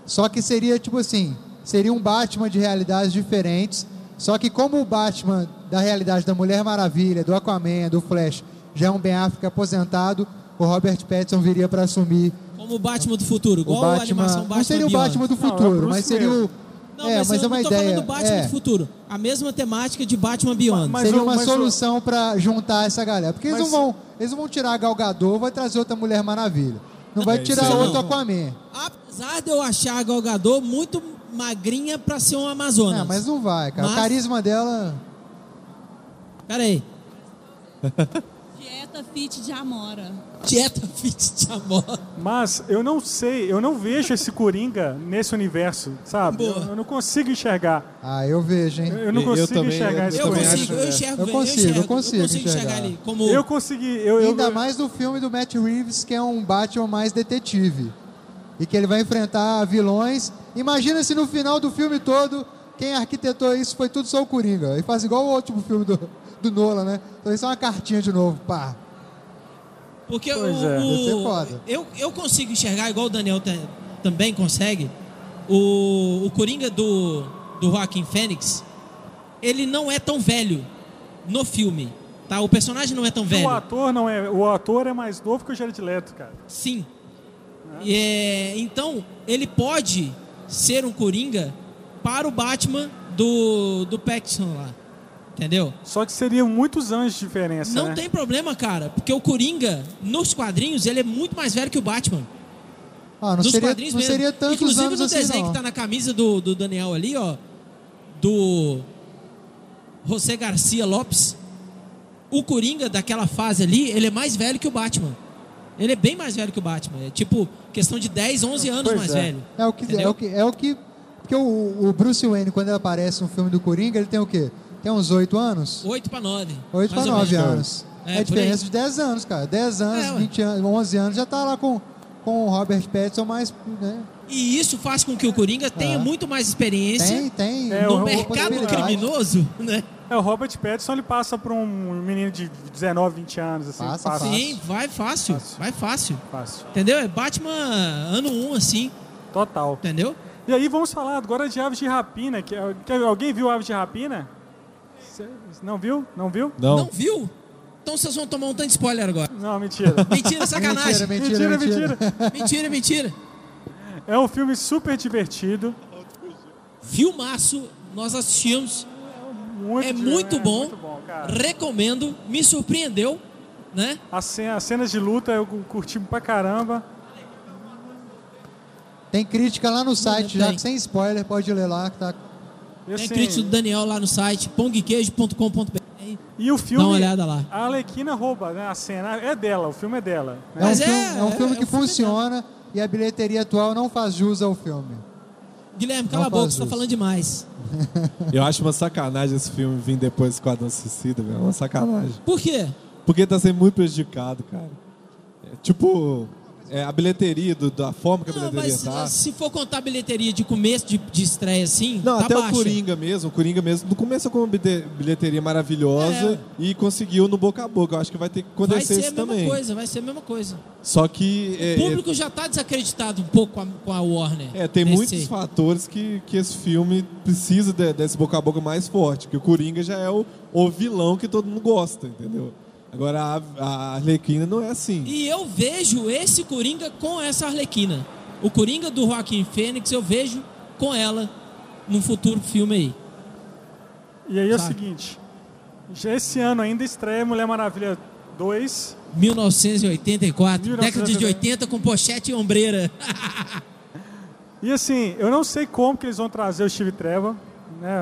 C: Só que seria tipo assim, seria um Batman de realidades diferentes. Só que como o Batman da realidade da Mulher Maravilha, do Aquaman, do Flash, já é um Ben Affleck aposentado, o Robert Pattinson viria para assumir
B: Como o Batman do futuro,
C: o
B: igual a
C: Batman.
B: animação Batman
C: não seria o
B: Beyond.
C: Batman do
A: Não, é o
C: futuro,
A: Bruce
C: mas seria o
A: mesmo.
B: Não,
C: é,
B: mas,
C: mas
B: eu
C: é uma
B: não tô
C: ideia.
B: falando do Batman
C: é.
B: do futuro. A mesma temática de Batman Beyond.
A: Mas
C: Seria
A: o-
C: uma
A: mas o-
C: solução pra juntar essa galera. Porque eles
A: Mas-
C: não vão, eles não vão tirar a Galgador, vai trazer outra Mulher Maravilha. Não vai
D: É, isso
C: tirar
B: aí
C: outro
B: não.
C: Aquaman.
B: Apesar de eu achar a Galgador muito magrinha pra ser um Amazonas.
C: Não, mas não vai, cara. O
B: Mas-
C: carisma dela.
B: Pera aí.
I: Dieta fit de Amora.
B: Dieta fit de amor.
A: Mas eu não sei, eu não vejo esse Coringa nesse universo, sabe? Eu,
B: Boa.
A: eu não consigo enxergar.
C: Ah, eu vejo, hein?
A: Eu, eu não
D: Eu
A: consigo
D: também,
A: enxergar
D: eu
A: esse
B: Eu
D: também
A: Coringa.
B: consigo,
D: acho,
B: eu
D: é.
B: enxergo,
C: Eu
B: velho,
C: consigo, eu
B: enxergo,
C: consigo
B: enxergar.
C: enxergar.
B: ali. Como
A: Eu consegui, eu, eu,
C: Ainda mais no filme do Matt Reeves, que é um Batman mais detetive. E que ele vai enfrentar vilões. Imagina se no final do filme todo, quem arquitetou isso foi tudo só o Coringa. E faz igual o último filme do, do Nola, né? Então isso é uma cartinha de novo, pá.
B: Porque
A: Pois
B: o,
A: é.
B: o-
C: Deve ser foda.
B: eu, eu consigo enxergar, igual o Daniel ta- também consegue, o, o Coringa do, do Joaquim Fênix, ele não é tão velho no filme, tá? O personagem não é tão
A: o
B: velho.
A: ator não é, o ator é mais novo que o Jared Leto, cara.
B: Sim. E, é, então, ele pode ser um Coringa para o Batman do, do Paxton lá, entendeu?
A: Só que seriam muitos anos de diferença,
B: Não
A: né?
B: tem problema, cara, porque o Coringa, nos quadrinhos, ele é muito mais velho que o Batman.
C: Ah, não
B: Nos
C: seria,
B: quadrinhos
C: não
B: mesmo.
C: seria tantos
B: Inclusive
C: anos
B: no
C: assim,
B: desenho
C: não.
B: que tá na camisa do, do Daniel ali, ó. Do José Garcia Lopes. O Coringa daquela fase ali, ele é mais velho que o Batman. Ele é bem mais velho que o Batman. É tipo questão de 10, 11 anos
A: Pois
B: mais
A: é.
B: velho.
C: É o que.
B: Entendeu?
C: É o que, é o que porque o, o Bruce Wayne, quando ele aparece no filme do Coringa, ele tem o quê? Tem uns oito anos?
B: 8 para 9.
C: 8 para 9 anos.
B: É,
C: É,
B: por
C: diferença de 10 anos, cara. 10 anos,
B: É, ué.
C: 20 anos, 11 anos já tá lá com, com o Robert Pattinson, mas né,
B: E isso faz com que o Coringa tenha
C: Ah.
B: muito mais experiência
C: tem, tem.
A: É, o-
B: no
A: o-
B: mercado
A: o-
B: criminoso, né?
A: É, o Robert Pattinson ele passa pra um menino de 19, 20 anos, assim,
C: Passa,
A: fácil.
C: passa.
B: Sim, vai fácil,
A: Fácil.
B: vai fácil.
A: Fácil.
B: Entendeu? É Batman ano 1 assim,
A: Total.
B: entendeu?
A: E aí vamos falar agora de aves de rapina. Que, é que- alguém viu aves de rapina? Cê- não viu? Não viu?
D: Não.
B: Não viu? Então vocês vão tomar um tanto de spoiler agora.
A: Não, mentira.
B: Mentira, é sacanagem.
C: Mentira, mentira, mentira.
B: mentira, mentira.
A: É um filme super divertido.
B: Filmaço, nós assistimos,
A: Muito
B: é
A: divertido,
B: muito
A: é
B: bom.
A: muito bom, cara.
B: recomendo, me surpreendeu, né?
A: As cen- as cenas de luta eu curti pra caramba.
C: Tem crítica lá no site, já
B: tem.
C: que sem spoiler, pode ler lá que tá
A: E,
B: Tem
A: assim,
B: crítica do Daniel lá no site, pongqueijo.com.br.
A: e o filme.
B: Dá uma olhada lá.
A: A Alequina rouba né, a cena. É dela, o filme é dela. né?
C: É um,
B: Mas é,
C: filme, é um
B: é-
C: filme
B: é
C: que
B: um filme
C: funciona e a bilheteria atual não faz jus ao filme.
B: Guilherme, cala
C: Não
B: a boca,
C: faz
B: você tá
C: isso.
B: falando demais.
D: Eu acho uma sacanagem esse filme vir depois do Esquadrão Suicida, velho. É Uma sacanagem.
B: Por quê?
D: Porque tá sendo muito prejudicado, cara. É, tipo, é, a bilheteria, do- da forma que a
B: Não,
D: bilheteria
B: mas assim,
D: tá.
B: se for contar a bilheteria de começo de, de estreia assim,
D: Não,
B: tá
D: até
B: baixa.
D: o Coringa mesmo, o Coringa mesmo, no começo com uma bide- bilheteria maravilhosa e conseguiu no boca a boca. Eu acho que vai ter que
B: É. Vai ser
D: acontecer
B: a
D: isso
B: mesma
D: também.
B: coisa, vai ser a mesma coisa.
D: Só que é,
B: o público já tá desacreditado um pouco com a, com a Warner.
D: é, é, tem
B: Nesse-
D: muitos fatores que, que esse filme precisa de- desse boca a boca mais forte, que o Coringa já é o, o vilão que todo mundo gosta, entendeu? Agora a, a Arlequina não é assim.
B: E eu vejo esse Coringa com essa Arlequina. O Coringa do Joaquim Fênix eu vejo com ela num futuro filme aí.
A: E aí é o
B: Saca.
A: seguinte: já esse ano ainda estreia Mulher Maravilha 2.
B: 1984, década de
A: 1984.
B: 80 com pochete e ombreira.
A: E assim, eu não sei como que eles vão trazer o Steve Trevor, né?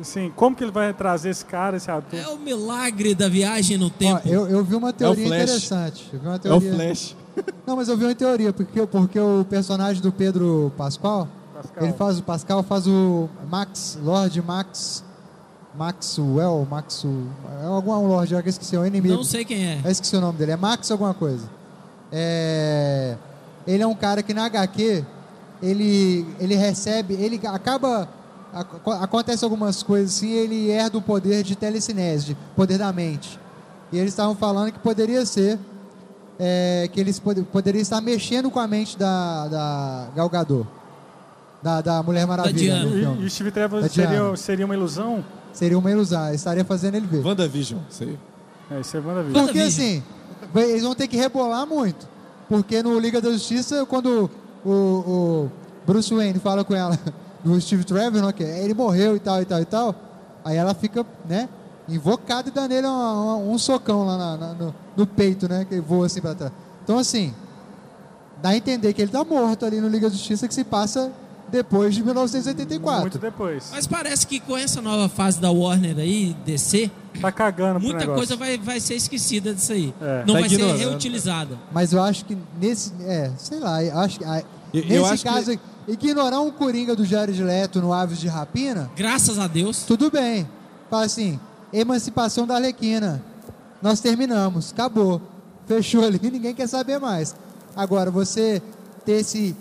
A: Assim, como que ele vai trazer esse cara, esse ator?
B: É o milagre da viagem no
C: Ó,
B: tempo.
C: eu, eu vi uma teoria
D: É Flash.
C: interessante. Eu vi uma
D: É o
C: teoria.
D: Flash.
C: Não, mas eu vi uma teoria, porque, porque o personagem do Pedro Pascal,
A: Pascal.
C: ele faz o Pascal, faz o Max, Lord Max, Maxwell, Maxo, é algum um Lorde, eu esqueci, é um inimigo.
B: Não sei quem é.
C: Eu esqueci o nome dele, é Max alguma coisa. É, Ele é um cara que na HQ, ele, ele recebe, ele acaba, ac- acontece algumas coisas assim, ele herda o poder de telecinese, de poder da mente. E eles estavam falando que poderia ser, é, que eles pod poderiam estar mexendo com a mente da, da Gal Gadot, da, da Mulher Maravilha.
B: Diana.
C: no filme.
A: E, e o Steve Trevor
C: Tá
A: seria,
C: tirado.
A: seria uma ilusão?
C: Seria uma ilusão, estaria fazendo ele ver.
D: WandaVision, sei.
A: É, isso é maravilha.
C: Porque assim, vai- eles vão ter que rebolar muito. Porque no Liga da Justiça, quando o, o Bruce Wayne fala com ela, do Steve Trevor, né, que ele morreu e tal, e tal, e tal, aí ela fica, né, invocada e dá nele uma- uma- um socão lá na- na- no, no peito, né, que ele voa assim pra trás. Então assim, dá a entender que ele tá morto ali no Liga da Justiça, que se passa depois de 1984.
A: Muito depois.
B: Mas parece que com essa nova fase da Warner aí, DC,
A: Tá cagando pro
B: muita
A: negócio.
B: coisa vai, vai ser esquecida disso aí.
A: É.
B: Não
D: Tá
B: vai ser
D: ignorando.
B: reutilizada.
C: Mas eu acho que nesse. É, sei lá, eu acho que. ah,
D: Eu- eu
C: nesse
D: acho que-
C: caso, ignorar um Coringa do Jared Leto no Aves de Rapina,
B: Graças a Deus.
C: tudo bem. Fala assim, emancipação da Arlequina. Nós terminamos, acabou. Fechou ali, ninguém quer saber mais. Agora, você ter esse,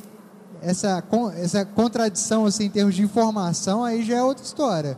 C: essa, con- essa contradição assim, em termos de informação, aí já é outra história.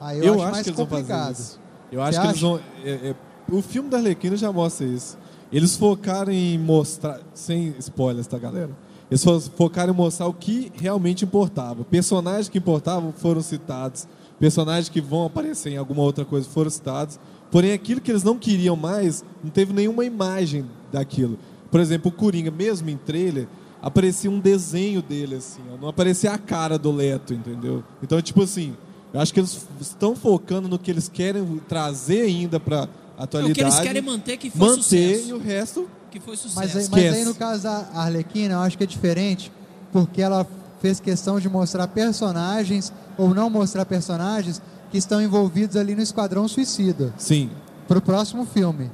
C: Aí eu,
D: Eu,
C: acho,
D: acho,
C: mais
D: que eles vão
C: complicado.
D: fazer isso. Eu acho
C: Você
D: que eles vão. é, é, o filme da Arlequina já mostra isso. Eles focarem em mostrar. Sem spoilers, tá, galera? Eles fo- focaram em mostrar o que realmente importava. Personagens que importavam foram citados. Personagens que vão aparecer em alguma outra coisa foram citados. Porém, aquilo que eles não queriam mais, não teve nenhuma imagem daquilo. Por exemplo, o Coringa, mesmo em trailer, aparecia um desenho dele, assim. ó, Não aparecia a cara do Leto, entendeu? Então, tipo assim, eu acho que eles f- estão focando no que eles querem trazer ainda pra atualidade.
B: É o que eles querem manter que foi
D: manter e
B: sucesso.
D: o resto.
B: Que foi sucesso.
C: Mas, é aí, mas aí
D: Esquece.
C: no caso da Arlequina, eu acho que é diferente, porque ela fez questão de mostrar personagens ou não mostrar personagens que estão envolvidos ali no Esquadrão Suicida
D: Sim.
C: pro próximo filme.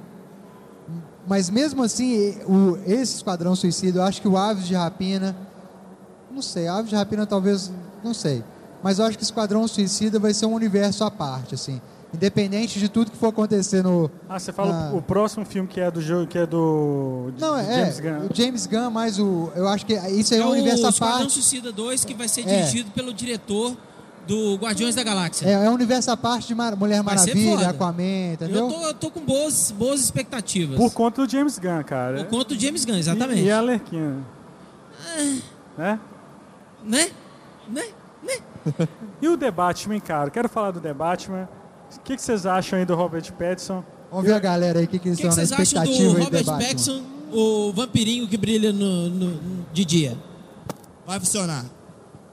C: Mas mesmo assim, o, esse Esquadrão Suicida, eu acho que o Aves de Rapina, não sei, Aves de Rapina talvez, não sei. Mas eu acho que Esquadrão Suicida vai ser um universo à parte, assim. Independente de tudo que for acontecer no,
A: Ah, você fala
C: Ah.
A: o próximo filme que é do jogo, que é do
C: Não,
A: de
C: é.
A: James Gunn.
C: O James Gunn, mas o. Eu acho que isso aí é um
B: o
C: universo à
B: Esquadrão
C: parte.
B: Suicida 2, que vai ser
C: É.
B: dirigido pelo diretor do Guardiões da Galáxia.
C: É, é um universo à parte de Mar- Mulher
B: Vai ser
C: Maravilha,
B: foda.
C: Aquaman,
B: eu,
C: entendeu?
B: tô, eu tô com boas, boas expectativas.
A: Por conta do James Gunn, cara.
B: Por conta do James Gunn, exatamente. É.
A: E, e a Lerquina. Né?
B: Né? Né? Né?
A: E o The Batman, cara? Quero falar do The Batman. O que, que vocês acham aí do Robert Pattinson?
C: Vamos ver a galera aí, o que,
B: O
C: que eles
B: que, que
C: estão na
B: vocês acham
C: expectativa
B: do
C: aí
B: Robert
C: debate.
B: Pattinson, o vampirinho que brilha no, no- de dia?
E: Vai funcionar.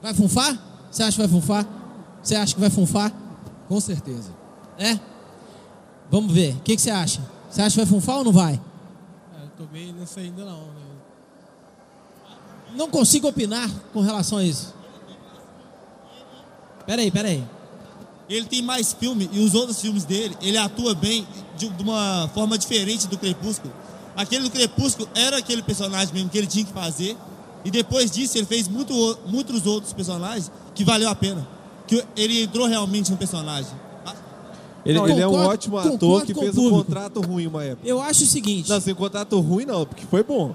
B: Vai funfar? Você acha que vai funfar? Você acha que vai funfar?
H: Com certeza.
B: É? Vamos ver. O que, que você acha? Você acha que vai funfar ou não vai?
G: É, Eu tô bem nessa ainda não, né?
B: Não consigo opinar com relação a isso. Peraí, peraí.
E: Ele tem mais filme e os outros filmes dele, ele atua bem de, de uma forma diferente do Crepúsculo. Aquele do Crepúsculo era aquele personagem mesmo que ele tinha que fazer. E depois disso ele fez muito, o- muitos outros personagens que valeu a pena. Que ele entrou realmente no personagem. Ah,
D: Ele,
B: Não,
D: ele é um
B: concordo-
D: ótimo ator
B: concordo
D: que
B: com
D: fez
B: o
D: um
B: público.
D: contrato ruim uma época.
B: Eu acho o seguinte.
D: Não, assim, contrato ruim não, porque foi bom.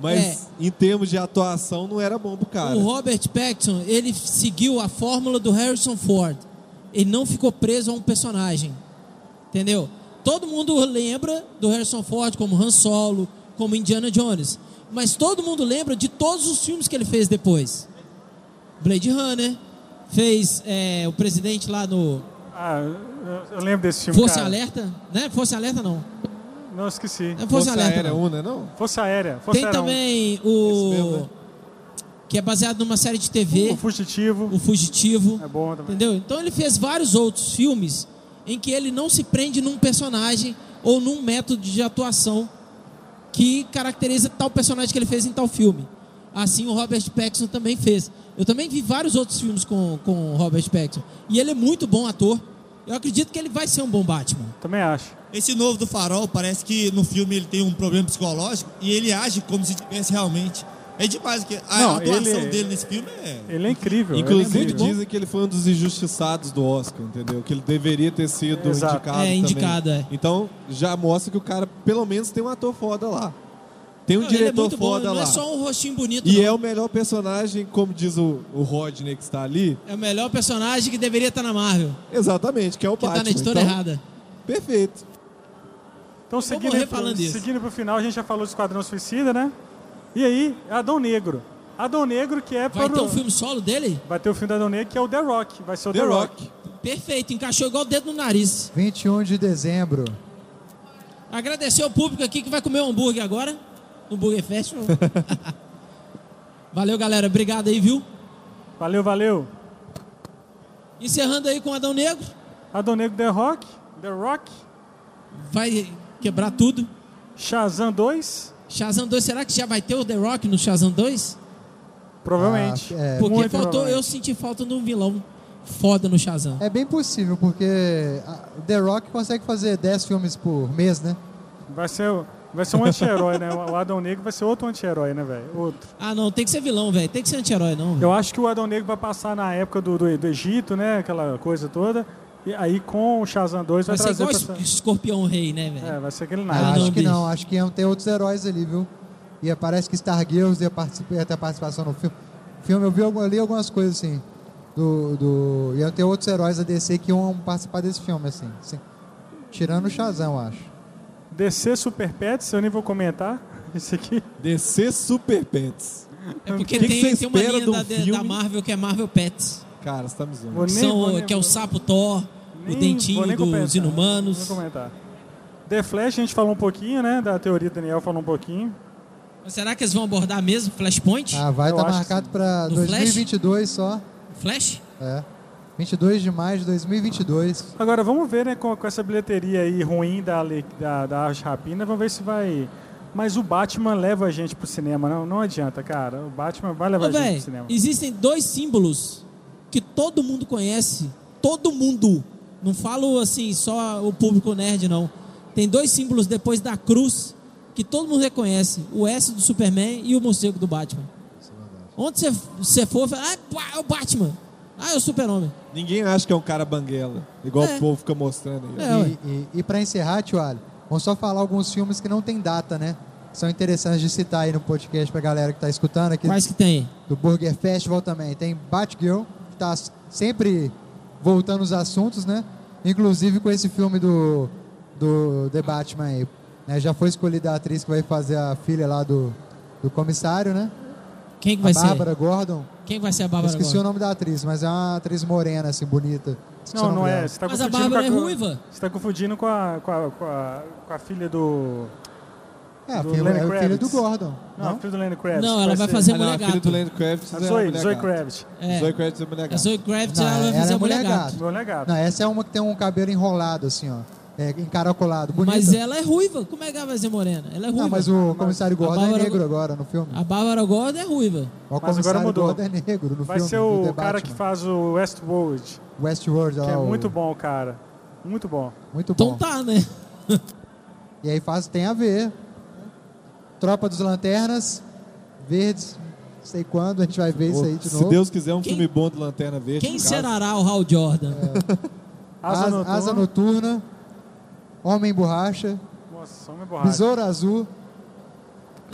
D: Mas em termos de atuação não era bom pro cara.
B: O Robert Pattinson, ele seguiu a fórmula do Harrison Ford. Ele não ficou preso a um personagem. Entendeu? Todo mundo lembra do Harrison Ford como Han Solo, como Indiana Jones. Mas todo mundo lembra de todos os filmes que ele fez depois. Blade Runner, fez é, o presidente lá no...
A: Ah, eu- eu lembro desse filme.
B: Força
A: cara.
B: Alerta? Né? Força Alerta não.
A: Não, eu esqueci.
B: Não é Força,
D: Força
B: Alerta
D: Aérea
B: não.
D: um, né, não?
A: Força Aérea. Força
B: Tem
A: Aérea um.
B: também
D: mesmo,
B: o...
D: né?
B: Que é baseado numa série de TV,
A: O um Fugitivo.
B: O Fugitivo.
A: É bom também.
B: Entendeu? Então ele fez vários outros filmes em que ele não se prende num personagem ou num método de atuação que caracteriza tal personagem que ele fez em tal filme. Assim o Robert Pattinson também fez. Eu também vi vários outros filmes com, com o Robert Pattinson. E ele é muito bom ator. Eu acredito que ele vai ser um bom Batman.
A: Também acho.
E: Esse novo do Farol parece que no filme ele tem um problema psicológico e ele age como se tivesse realmente. É demais que a
A: Não,
E: atuação
A: ele-
E: dele nesse filme é.
A: Ele é
B: né?
A: incrível. ele é
D: Inclusive
A: incrível.
D: dizem que ele foi um dos injustiçados do Oscar, entendeu? Que ele deveria ter sido
A: Exato.
D: indicado.
B: É,
D: também.
B: indicado, é.
D: Então já mostra que o cara pelo menos tem um ator foda lá. Tem um
B: Não, ele é
D: diretor
B: muito bom,
D: foda
B: não
D: lá.
B: é só um rostinho bonito.
D: E
B: não.
D: é o melhor personagem, como diz o, o Rodney que está ali.
B: É o melhor personagem que deveria estar na Marvel.
D: Exatamente, que é o
B: Que
D: Batman.
B: tá na editora
D: então,
B: errada.
D: Perfeito.
A: Então, seguindo,
B: morrer falando isso.
A: seguindo pro final, a gente já falou de Esquadrão Suicida, né? E aí, Adão Negro. Adão Negro que é
B: Vai
A: pro-
B: ter um filme solo dele?
A: Vai ter o filme do Adão Negro que é o The Rock. Vai ser o The,
D: The Rock.
B: Perfeito, encaixou igual o dedo no nariz.
C: 21 de dezembro.
B: Agradecer ao público aqui que vai comer um hambúrguer agora, no Burger Festival. valeu, galera. Obrigado aí, viu?
A: Valeu, valeu.
B: Encerrando aí com o Adão Negro.
A: Adão Negro The Rock. The Rock.
B: Vai quebrar tudo.
A: Shazam 2.
B: Shazam 2, será que já vai ter o The Rock no Shazam 2?
A: Provavelmente.
C: Ah, é.
B: Porque
A: Muito
B: faltou,
A: provavelmente.
B: eu senti falta de um vilão foda no Shazam.
C: É bem possível, porque a- The Rock consegue fazer 10 filmes por mês, né?
A: Vai ser, o- vai ser um anti-herói, né? O Adão Negro vai ser outro anti-herói, né, velho? Outro.
B: Ah, não, tem que ser vilão, velho. Tem que ser anti-herói, não. velho.
A: Eu acho que o Adão Negro vai passar na época do, do, do Egito, né? Aquela coisa toda. E aí com o Shazam 2 vai,
B: Vai ser
A: trazer
B: igual
A: pra...
B: o Escorpião Rei, né, velho?
A: É, vai ser aquele
C: Ah,
A: nada.
B: Ah, não,
C: acho que
B: bicho.
C: não, acho que iam ter outros heróis ali, viu? E parece que Stargirls ia, participar, ia ter participação no filme. Filme, eu vi algum- ali algumas coisas assim. Do, do, iam ter outros heróis da DC que iam participar desse filme, assim. assim. Tirando o Shazam, eu acho.
A: DC Super Pets, eu nem vou comentar isso aqui.
D: DC Super Pets.
B: É porque
D: O que que
B: tem,
D: você
B: tem uma
D: espera
B: linha
D: de um
B: da, da
D: filme?
B: Marvel que é Marvel Pets.
D: Cara, você tá me zoando.
A: Vou
B: Que,
A: nem-
B: são,
A: vou nem-
B: que é o Sapo Thor,
A: nem-
B: o
A: né, vou
B: Dentinho
A: nem
B: dos
A: comentar,
B: Inumanos.
A: Vou comentar. The Flash, a gente falou um pouquinho, né? Da teoria do Daniel falou um pouquinho.
B: Mas será que eles vão abordar mesmo Flashpoint?
C: Ah, vai
A: Eu
C: estar
A: acho que
C: marcado para
B: No Flash?
C: 2022 só.
B: Flash?
C: É. 22 de maio de 2022.
A: Agora vamos ver, né, com, com essa bilheteria aí ruim da, Ale- da, da Arte Rapina, vamos ver se vai. Mas o Batman leva a gente pro cinema, não, não adianta, cara. O Batman vai levar
B: Ô,
A: a gente
B: véi,
A: pro cinema.
B: existem dois símbolos que todo mundo conhece. Todo mundo. Não falo assim, só o público nerd, não. Tem dois símbolos depois da cruz que todo mundo reconhece: o S do Superman e o morcego do Batman.
C: é
B: Onde você- você for, fala, ah, pá, é o Batman. Ah, é o Super-Homem.
D: Ninguém acha que é um cara banguela, igual
B: É.
D: o povo fica mostrando aí.
B: É,
C: E-
B: ué.
C: E, e, para encerrar, tio Ali, vamos só falar alguns filmes que não tem data, né? São interessantes de citar aí no podcast pra galera que tá escutando aqui.
B: Quais que tem?
C: do Burger Festival também. Tem Batgirl, que tá sempre voltando os assuntos, né? Inclusive com esse filme do, do The Batman aí. né? Já foi escolhida a atriz que vai fazer a filha lá do, do comissário, né?
B: Quem que
C: A
B: vai ser?
C: Bárbara Gordon.
B: Quem que vai ser a
C: Eu
B: Bárbara
C: esqueci o
B: agora?
C: nome da atriz, mas é uma atriz morena, assim, bonita. Esqueci o
A: Não,
C: nome
A: não é.
C: dela.
A: Você tá
B: Mas a
A: confundindo
B: Bárbara
A: com
B: é ruiva.
A: Você tá confundindo com a, com a, com a, com a filha do.
C: É, a
A: Do
C: filha,
A: Lenny
C: é a filha do
A: Kravitz.
C: Gordon. né?
A: Não, a
C: Não?
A: filha do Lenny Kravitz.
B: Não, ela vai
A: ser-
B: fazer
D: Ah, não, a
B: mulher
D: filha do
B: gato.
D: Lenny Kravitz
A: A
D: é a
A: Zoe,
D: mulher
A: Zoe
D: gato.
A: Kravitz.
B: É.
D: Zoe Kravitz é a mulher
B: A
D: gata.
B: Zoe Kravitz
C: Não,
B: ela vai
C: ela
B: fazer
C: é
B: a mulher
C: mulher
B: gato.
A: Mulher gato.
C: Não, essa é uma que tem um cabelo enrolado, assim, ó. é, encaracolado, bonito.
B: Mas ela é ruiva. Como é que ela vai ser morena? Ela é ruiva.
C: Não, mas o comissário Gordon é
B: Bárbara-
C: negro agora no filme.
B: A Bárbara Gordon é ruiva.
C: O
A: Mas agora
C: comissário
A: mudou.
C: Gordon é negro no
A: Vai
C: filme.
A: ser
C: do
A: o
C: The
A: cara que
C: Batman.
A: faz o Westworld,
C: Westworld,
A: né? que
C: lá,
A: é
C: o-
A: muito bom, cara. Muito bom.
C: Muito bom.
B: Então tá, né?
C: E aí faz, tem a ver. Tropa dos Lanternas, Verdes, não sei quando, a gente vai ver isso aí de
D: Se
C: novo.
D: Deus quiser, um
B: Quem-
D: filme bom do Lanterna Verde.
B: Quem
D: no caso.
B: serará o Hal Jordan?
A: Asa,
C: Asa,
A: Noturna.
C: Asa Noturna, Homem Borracha,
A: Nossa, só uma borracha.
C: Besouro Azul,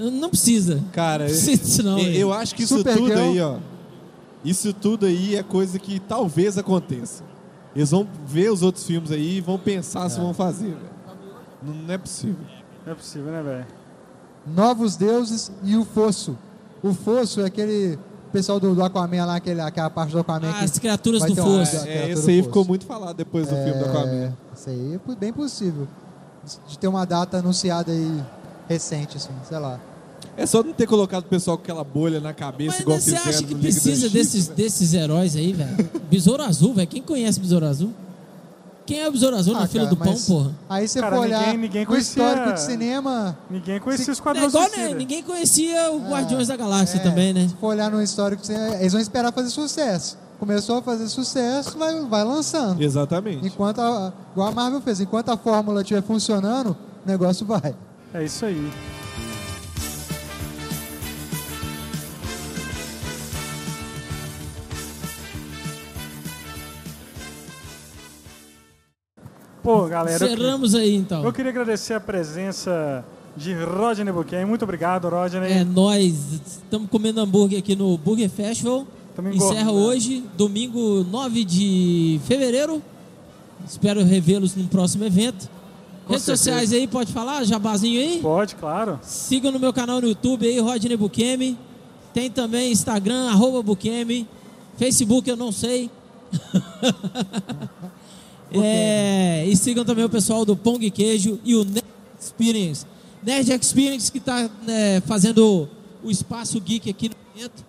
B: Não precisa.
D: Cara,
B: Não precisa disso, não.
D: eu-
B: velho.
D: eu acho que isso
C: Supergirl.
D: tudo aí, ó. Isso tudo aí é coisa que talvez aconteça. Eles vão ver os outros filmes aí e vão pensar
C: É.
D: se vão fazer, velho. Não, não é possível.
A: Não é possível, né, velho?
C: Novos Deuses e o Fosso. O Fosso é aquele pessoal do, do Aquaman lá, aquele, aquela parte do Aquaman
B: Ah,
C: é que
B: as criaturas
C: vai
B: do
C: ter uma-
B: Fosso.
C: É,
D: É,
C: tudo
D: esse aí
C: posto.
D: ficou muito falado depois do filme da Aquaman.
C: É, Isso aí é po- bem possível. De ter uma data anunciada aí recente, assim, sei lá.
D: É só não ter colocado o pessoal com aquela bolha na cabeça,
B: Mas né,
D: igual
B: você
D: fizeram
B: acha
D: no
B: que
D: Liga da
B: precisa
D: Justiça,
B: desses,
D: velho.
B: desses heróis aí, velho? Besouro Azul, velho. Quem conhece Besouro Azul? Quem é o Besouro Azul
C: Ah,
B: na fila
C: cara,
B: do pão,
C: mas
B: porra?
C: Aí você
A: Cara,
C: for
A: ninguém-
C: olhar
A: ninguém
C: o
A: conhecia-
C: histórico de cinema,
A: Ninguém conhecia os
B: É
A: quadrinhos
B: igual, né?
A: suicida.
B: Ninguém conhecia o Guardiões da Galáxia
C: É,
B: também, né?
C: Se for olhar no histórico, você- eles vão esperar fazer sucesso. Começou a fazer sucesso, vai, vai lançando.
D: Exatamente.
C: Enquanto a, igual a Marvel fez, enquanto a fórmula estiver funcionando, o negócio vai.
A: É isso aí. Pô, galera, eu, que-
B: Cerramos aí, então.
A: eu queria agradecer a presença de Rodney Buquem. Muito obrigado, Rodney.
B: É, nós estamos comendo hambúrguer aqui no Burger Festival.
A: Tamo
B: Encerra
A: engordando.
B: hoje, domingo 9 de fevereiro. Espero revê-los no próximo evento.
A: Com
B: Redes
A: certeza.
B: sociais aí, pode falar? Jabazinho aí?
A: Pode, claro.
B: Siga no meu canal no YouTube aí, Rodney Buquemi. Tem também Instagram, arroba Buquemi. Facebook eu não sei. É, e sigam também o pessoal do Pong Queijo e o Nerd Experience. Nerd Experience que está fazendo o espaço geek aqui no momento.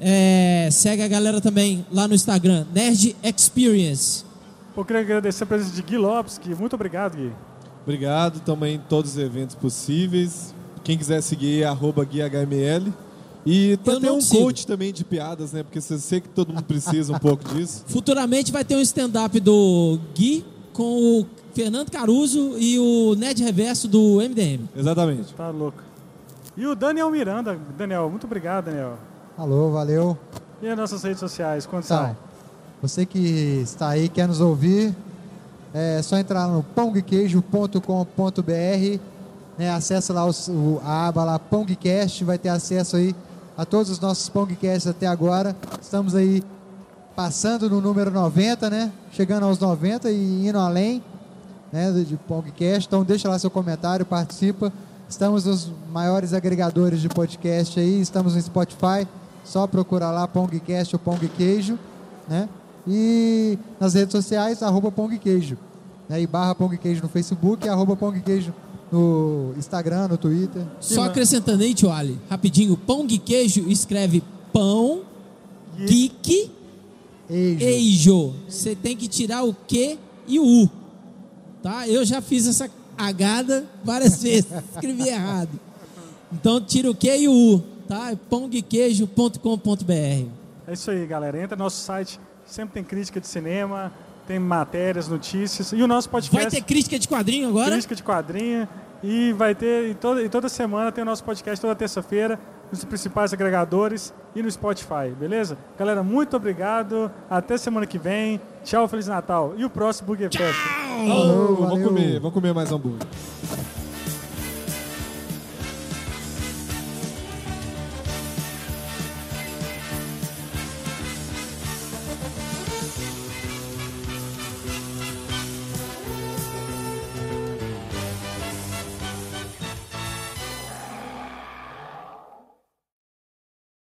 B: É, segue a galera também lá no Instagram, Nerd Experience.
A: Eu queria agradecer a presença de Gui Lopes. Gui. Muito obrigado, Gui.
D: Obrigado também em todos os eventos possíveis. Quem quiser seguir, é arroba guiaHML. E tá-
B: Eu
D: tem
B: não
D: um
B: sigo.
D: coach também de piadas, né? Porque você sei que todo mundo precisa um pouco disso.
B: Futuramente vai ter um stand-up do Gui com o Fernando Caruso e o Ned Reverso do MDM.
D: Exatamente.
A: Tá louco. E o Daniel Miranda. Daniel, muito obrigado, Daniel.
C: Alô, valeu.
A: E as nossas redes sociais, quanto
C: Então,
A: são?
C: você que está aí, quer nos ouvir, é só entrar no pongqueijo.com.br, né, acessa lá os- o- a aba lá Pongcast, vai ter acesso aí a todos os nossos Pongcasts até agora. Estamos aí passando no número 90, né? Chegando aos 90 e indo além, né, de de Pongcast. Então deixa lá seu comentário, participa. Estamos nos maiores agregadores de podcast aí, estamos no Spotify, só procurar lá Pongcast ou Pong Queijo, né? E nas redes sociais, arroba Pong Queijo, né? E barra Pong Queijo no Facebook, e arroba Pong Queijo no Instagram, no Twitter.
B: Só acrescentando aí, tio Ali, rapidinho, pão de queijo escreve pão geek
C: Eijo.
B: queijo. Você tem que tirar o Q e o U. Tá? Eu já fiz essa agada várias vezes, escrevi errado. Então tira o Q e o U, tá? É pãodequeijo.com.br.
A: É isso aí, galera. Entra no nosso site, sempre tem crítica de cinema, tem matérias, notícias. E o nosso
B: Vai
A: podcast,
B: ter crítica de quadrinho agora?
A: crítica de quadrinho. E vai ter, e toda, e toda semana tem o nosso podcast, toda terça-feira, nos principais agregadores e no Spotify, beleza? Galera, muito obrigado. Até semana que vem. Tchau, Feliz Natal. E o próximo Burger Fest.
B: É
D: Alô, vamos
C: valeu.
D: comer, vamos comer mais hambúrguer.